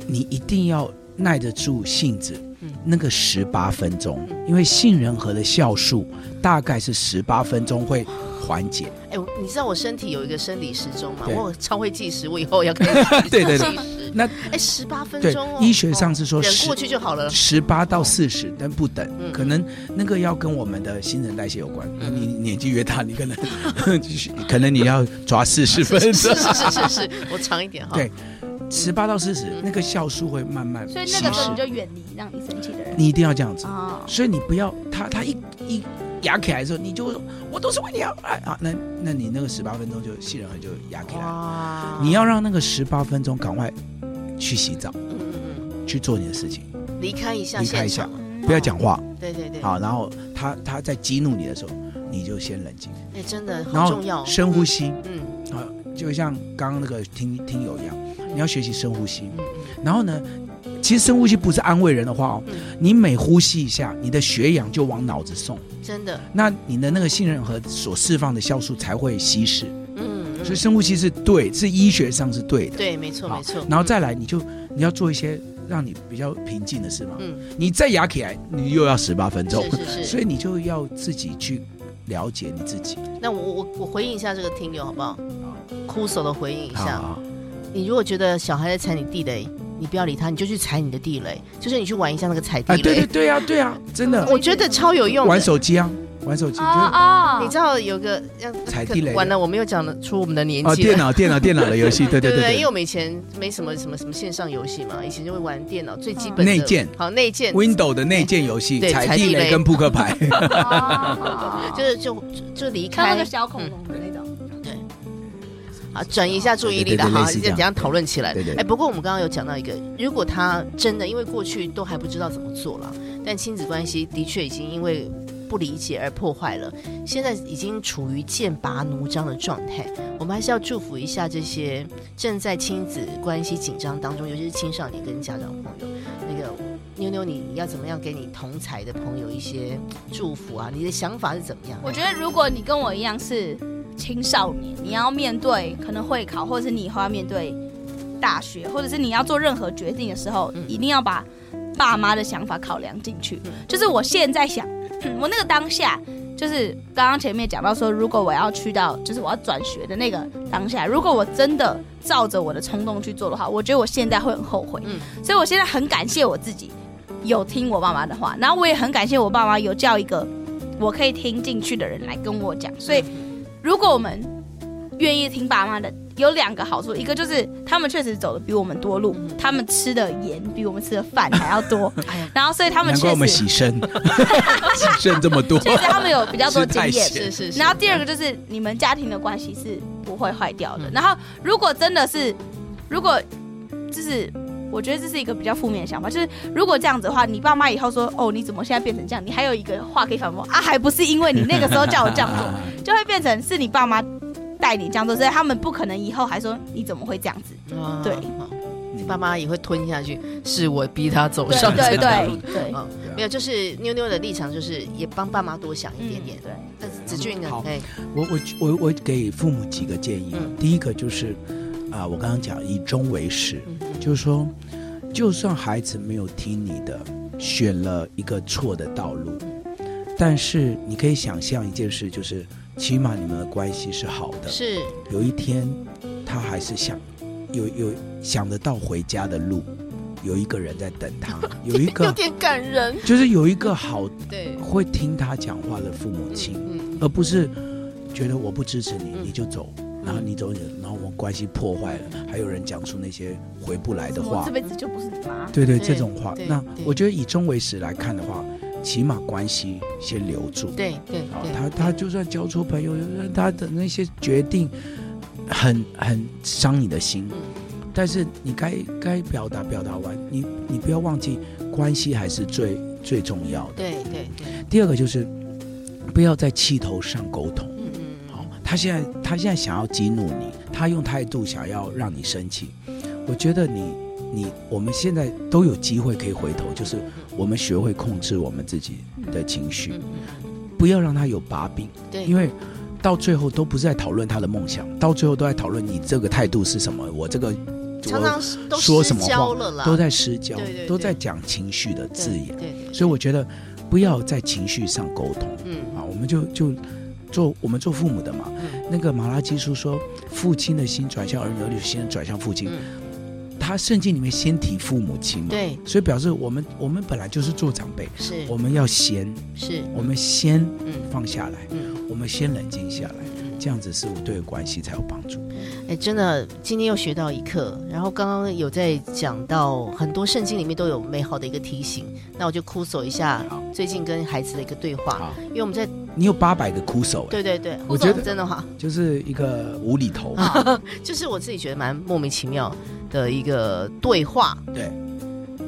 Speaker 2: 你一定要耐得住性子
Speaker 4: 嗯，
Speaker 2: 那个十八分钟
Speaker 4: 嗯，
Speaker 2: 因为杏仁核的酵素大概是十八分钟会缓解。
Speaker 4: 哎、我你知道我身体有一个生理时钟吗？
Speaker 2: 对
Speaker 4: 我超会计时，我以后要开
Speaker 2: [laughs] [laughs]
Speaker 4: 始
Speaker 2: 对对对
Speaker 4: 计时。
Speaker 2: 那
Speaker 4: 哎，十八分
Speaker 2: 对
Speaker 4: 钟哦，
Speaker 2: 医学上是
Speaker 4: 哦
Speaker 2: 说
Speaker 4: 忍
Speaker 2: 十
Speaker 4: 过去就好了。
Speaker 2: 十八到四十，但不等
Speaker 4: 嗯，
Speaker 2: 可能那个要跟我们的新陈代谢有关。
Speaker 4: 嗯
Speaker 2: 你年纪越大，你可能 [laughs] 就是可能你要抓四十分
Speaker 4: 是
Speaker 2: 钟
Speaker 4: 是。是是是，我长一点哈。
Speaker 2: 对十八到四十，那个酵素会慢慢
Speaker 1: 所以
Speaker 2: 稀
Speaker 1: 那
Speaker 2: 释
Speaker 1: 个时候你。就远离让你生气的人
Speaker 2: 你一定要这样子。
Speaker 1: 啊，
Speaker 2: 所以你不要他他一一压起来的时候，你就我都是为你好哎啊，那那你那个十八分钟就杏仁核就压起来
Speaker 4: 哦
Speaker 2: 了。
Speaker 4: 哇
Speaker 2: 你要让那个十八分钟赶快去洗澡，
Speaker 4: 嗯嗯
Speaker 2: 去做你的事情，
Speaker 4: 嗯离开一下
Speaker 2: 离开
Speaker 4: 现
Speaker 2: 一下
Speaker 4: 场，
Speaker 2: 不要讲话
Speaker 4: 对对对，
Speaker 2: 好，然后他他在激怒你的时候，你就先冷静，
Speaker 4: 哎，真的
Speaker 2: 然
Speaker 4: 好重要
Speaker 2: 后，深呼
Speaker 4: 嗯
Speaker 2: 吸
Speaker 4: 嗯
Speaker 2: 啊，就像刚刚那个听听友一样，你要学习深呼吸。
Speaker 4: 嗯嗯
Speaker 2: 然后呢，其实深呼吸不是安慰人的话哦，
Speaker 4: 嗯，
Speaker 2: 你每呼吸一下，你的血氧就往脑子送，
Speaker 4: 真的，
Speaker 2: 那你的那个杏仁核所释放的酵素才会稀释。
Speaker 4: 嗯，嗯
Speaker 2: 所以深呼吸是对，是医学上是对的。
Speaker 4: 对，没错
Speaker 2: 好
Speaker 4: 没错，
Speaker 2: 然后再来，你就你要做一些让你比较平静的事嘛。
Speaker 4: 嗯
Speaker 2: 你再压起来，你又要十八分钟，
Speaker 4: 是是
Speaker 2: 所
Speaker 4: 是，
Speaker 2: 以你就要自己去了解你自己。
Speaker 4: 那我我我回应一下这个听友好不好？哭手的回应一
Speaker 2: 好
Speaker 4: 下，
Speaker 2: 好，
Speaker 4: 你如果觉得小孩在踩你地雷，你不要理他，你就去踩你的地雷，就是你去玩一下那个踩地
Speaker 2: 哎，对对
Speaker 4: 雷，
Speaker 2: 对啊，对啊，真的
Speaker 4: 我觉得超有用的
Speaker 2: 玩。手机啊，玩手机就
Speaker 4: 哦
Speaker 1: 啊
Speaker 2: 是
Speaker 1: 啊！
Speaker 4: 你知道有个要
Speaker 2: 踩地雷的
Speaker 4: 完了，我们又讲了出我们的年
Speaker 2: 哦，
Speaker 4: 纪
Speaker 2: 电
Speaker 4: 了。
Speaker 2: 脑电脑电脑的游戏，对对
Speaker 4: 对不
Speaker 2: 对
Speaker 4: 因为我们以前没什么什么什么线上游戏嘛，以前就会玩电脑最基本的
Speaker 2: 内建
Speaker 4: 好内建
Speaker 2: w i n d o w 的内建游戏，
Speaker 4: 对
Speaker 2: 踩
Speaker 4: 踩地
Speaker 2: 地雷
Speaker 4: 雷
Speaker 2: 跟扑克牌。
Speaker 1: 啊
Speaker 4: [laughs] 就是就就就离
Speaker 1: 看那
Speaker 4: 开
Speaker 1: 个小恐龙的那种，
Speaker 4: 啊，转移一下注意力的
Speaker 2: 对对对
Speaker 4: 哈，
Speaker 2: 类似
Speaker 4: 这
Speaker 2: 这样
Speaker 4: 等一下讨论起来
Speaker 2: 对对。对
Speaker 4: 哎，不过我们刚刚有讲到一个，如果他真的因为过去都还不知道怎么做了，但亲子关系的确已经因为不理解而破坏了，现在已经处于剑拔弩张的状态。我们还是要祝福一下这些正在亲子关系紧张当中，尤其是青少年跟家长朋友。那个妞妞，你你要怎么样给你同才的朋友一些祝福啊？你的想法是怎么样？
Speaker 1: 我觉得如果你跟我一样是青少年，你要面对可能会考，或者是你以后要面对大学，或者是你要做任何决定的时候，
Speaker 4: 嗯
Speaker 1: 一定要把爸妈的想法考量进去
Speaker 4: 嗯。
Speaker 1: 就是我现在想，我那个当下。就是刚刚前面讲到说，如果我要去到，就是我要转学的那个当下，如果我真的照着我的冲动去做的话，我觉得我现在会很后悔。
Speaker 4: 嗯
Speaker 1: 所以我现在很感谢我自己有听我爸妈的话，然后我也很感谢我爸妈有叫一个我可以听进去的人来跟我讲。所以如果我们愿意听爸妈的，有两个好处，一个就是他们确实走的比我们多路，他们吃的盐比我们吃的饭还要多
Speaker 4: 哎呀，
Speaker 1: 然后所以他们
Speaker 2: 难怪
Speaker 1: 确
Speaker 2: 我们
Speaker 1: 实
Speaker 2: 洗
Speaker 4: [laughs]
Speaker 2: 肾，洗肾这么多。
Speaker 1: 确实他们有比 [laughs] 较多
Speaker 2: 吃太
Speaker 1: 经验
Speaker 2: 咸。
Speaker 4: 是是是。
Speaker 1: 然后第二个就是你们家庭的关系是不会坏掉的。
Speaker 4: 嗯
Speaker 1: 然后如果真的是，如果就是我觉得这是一个比较负面的想法，就是如果这样子的话，你爸妈以后说哦你怎么现在变成这样，你还有一个话可以反驳啊，还不是因为你那个时候叫我这样
Speaker 2: 啊
Speaker 4: [laughs]
Speaker 1: 做，就会变成是你爸妈带你这样做，所以他们不可能以后还说你怎么会这样子。
Speaker 4: 啊
Speaker 1: 对
Speaker 4: 好你爸妈也会吞下去，是我逼他走
Speaker 1: 对
Speaker 4: 上
Speaker 1: 对
Speaker 4: 这条路。
Speaker 1: 对对
Speaker 4: 啊，没有，就是妞妞的立场就是也帮爸妈多想一点点。
Speaker 1: 嗯对，
Speaker 4: 那子俊呢
Speaker 2: 好？
Speaker 4: 哎，
Speaker 2: 我我我我给父母几个建议，
Speaker 4: 嗯
Speaker 2: 第一个就是啊、我刚刚讲以终为始，
Speaker 4: 嗯嗯
Speaker 2: 就是说，就算孩子没有听你的，选了一个错的道路，但是你可以想象一件事，就是起码你们的关系是好的，
Speaker 4: 是
Speaker 2: 有一天他还是想有有想得到回家的路，有一个人在等
Speaker 4: [laughs]
Speaker 2: 他，有一
Speaker 4: 有
Speaker 2: 个
Speaker 4: 点感人。
Speaker 2: 就是有一个好
Speaker 4: 对，
Speaker 2: 会听他讲话的父母亲。
Speaker 4: 嗯
Speaker 2: 而不是觉得我不支持你，
Speaker 4: 嗯
Speaker 2: 你就走，然后你走，然后我们关系破坏了，还有人讲出那些回不来的
Speaker 1: 我
Speaker 2: 话
Speaker 1: 这，辈子就不是你妈。
Speaker 2: 对对，
Speaker 4: 对
Speaker 2: 这种话
Speaker 4: 对，
Speaker 2: 那
Speaker 4: 对
Speaker 2: 我觉得以终为始来看的话，起码关系先留住。
Speaker 4: 对对
Speaker 2: 啊，
Speaker 4: 对，
Speaker 2: 他他就算交出朋友，就算他的那些决定很很伤你的心
Speaker 4: 嗯，
Speaker 2: 但是你该该表达表达完，你你不要忘记，关系还是最最重要的。
Speaker 4: 对对对，
Speaker 2: 第二个就是不要在气头上沟通。
Speaker 4: 嗯嗯
Speaker 2: 好，他现在他现在想要激怒你，他用态度想要让你生气。我觉得你你我们现在都有机会可以回头，就是我们学会控制我们自己的情绪
Speaker 4: 嗯，嗯，
Speaker 2: 不要让他有把柄，
Speaker 4: 对，
Speaker 2: 因为到最后都不是在讨论他的梦想，到最后都在讨论你这个态度是什么，我这个
Speaker 4: 常
Speaker 2: 我
Speaker 4: 常都
Speaker 2: 说
Speaker 4: 失
Speaker 2: 什么话
Speaker 4: 焦了啦，
Speaker 2: 都在失焦
Speaker 4: 对对对，
Speaker 2: 都在讲情绪的
Speaker 4: 对
Speaker 2: 字眼，
Speaker 4: 对，对
Speaker 2: 所以我觉得不要在情绪上沟通。
Speaker 4: 嗯，
Speaker 2: 啊，我们就就做我们做父母的嘛。
Speaker 4: 嗯
Speaker 2: 那个马拉基书说，父亲的心转向儿女，儿女的心转向父亲。他圣经里面先提父母亲嘛，
Speaker 4: 嗯对，
Speaker 2: 所以表示我们我们本来就是做长辈，
Speaker 4: 是
Speaker 2: 我们要先
Speaker 4: 是，
Speaker 2: 我们先
Speaker 4: 嗯
Speaker 2: 放下来，
Speaker 4: 嗯
Speaker 2: 我们先冷静下来。
Speaker 4: 嗯
Speaker 2: 这样子是我对关系才有帮助。
Speaker 4: 哎，真的，今天又学到一课。然后刚刚有在讲到很多圣经里面都有美好的一个提醒，那我就哭诉一下
Speaker 2: 好
Speaker 4: 最近跟孩子的一个对话，
Speaker 2: 好，
Speaker 4: 因为我们在
Speaker 2: 你有八百个苦手、哎，
Speaker 4: 对对对，
Speaker 2: 我觉得
Speaker 4: 哭诉真的哈，
Speaker 2: 就是一个无厘头。
Speaker 4: 啊 [laughs] 就是我自己觉得蛮莫名其妙的一个对话，
Speaker 2: 对，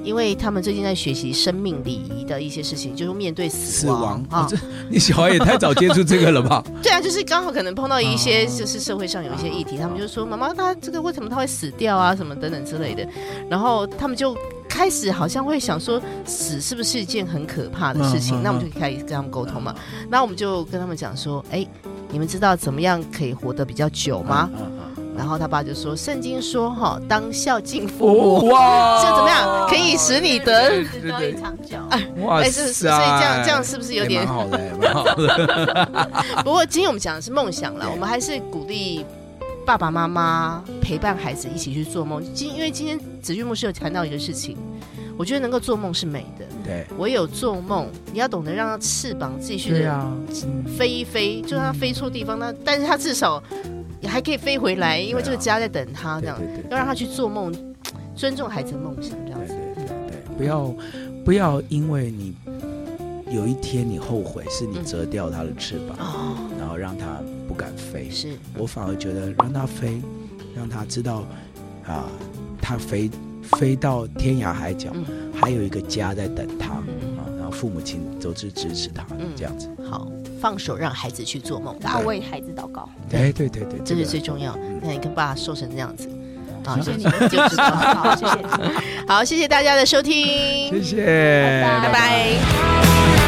Speaker 4: 因为他们最近在学习生命礼仪的一些事情，就是面对死
Speaker 2: 死亡
Speaker 4: 亡
Speaker 2: 啊！
Speaker 4: 啊
Speaker 2: 这， [laughs] 你小孩也太早接触这个了吧？
Speaker 4: 对啊，就是刚好可能碰到一些
Speaker 2: 啊
Speaker 4: 就是社会上有一些议题，他们就说妈妈，他这个为什么他会死掉啊，什么等等之类的，然后他们就。开始好像会想说死是不是一件很可怕的事情，
Speaker 2: 嗯嗯
Speaker 4: 那我们就开始跟他们沟通嘛。那我们就跟他们讲说，哎、你们知道怎么样可以活得比较久吗？
Speaker 2: 嗯？嗯嗯
Speaker 4: 然后他爸就说，圣经说哈，当孝敬父
Speaker 2: 哦
Speaker 4: 母。
Speaker 2: 哇
Speaker 4: 这怎么
Speaker 1: 哦
Speaker 4: 样可以使你得
Speaker 2: 对
Speaker 1: 得
Speaker 2: 对
Speaker 1: 到
Speaker 2: 对
Speaker 1: 一场
Speaker 4: [laughs]
Speaker 1: 教。
Speaker 2: 哇
Speaker 4: 哎，
Speaker 2: 塞！
Speaker 4: 是不是所以这样这样是不是有
Speaker 2: 也
Speaker 4: 点
Speaker 2: 蛮？好的，也蛮好的。
Speaker 4: [laughs] 不过今天我们讲的是梦想了，
Speaker 2: 对
Speaker 4: 我们还是鼓励爸爸妈妈陪伴孩子一起去做梦。今因为今天子俊牧师有谈到一个事情，我觉得能够做梦是美的。
Speaker 2: 对
Speaker 4: 唯有做梦，你要懂得让它翅膀继续
Speaker 2: 对
Speaker 4: 的
Speaker 2: 啊，嗯
Speaker 4: 飞一飞，就让它飞错地方，那但是它至少也还可以飞回来，因为这个家在等它这
Speaker 2: 对
Speaker 4: 样。
Speaker 2: 对对对
Speaker 4: 要让他去做梦，尊重孩子的梦想这样
Speaker 2: 对
Speaker 4: 子。
Speaker 2: 对对，不要
Speaker 4: 嗯
Speaker 2: 不要因为你有一天你后悔，是你折掉它的翅膀，
Speaker 4: 哦，
Speaker 2: 然后让它不敢飞。
Speaker 4: 是，
Speaker 2: 我反而觉得让它飞，让它知道啊，它飞飞到天涯海角，还有一个家在等它
Speaker 4: 嗯
Speaker 2: 啊，然后父母亲都是支持它
Speaker 4: 嗯
Speaker 2: 这样子。
Speaker 4: 好，放手让孩子去做梦吧
Speaker 1: 然。后为孩子祷告，
Speaker 2: 哎，对对对，
Speaker 4: 这
Speaker 2: 个
Speaker 4: 是最重要
Speaker 2: 嗯。
Speaker 4: 那你跟爸瘦成这样子，
Speaker 1: 谢谢你
Speaker 4: 就
Speaker 1: 们
Speaker 4: 就知道。
Speaker 1: 好，谢谢。
Speaker 4: 好，谢谢大家的收听，
Speaker 2: 谢谢，
Speaker 1: 拜
Speaker 4: 拜拜。
Speaker 1: 拜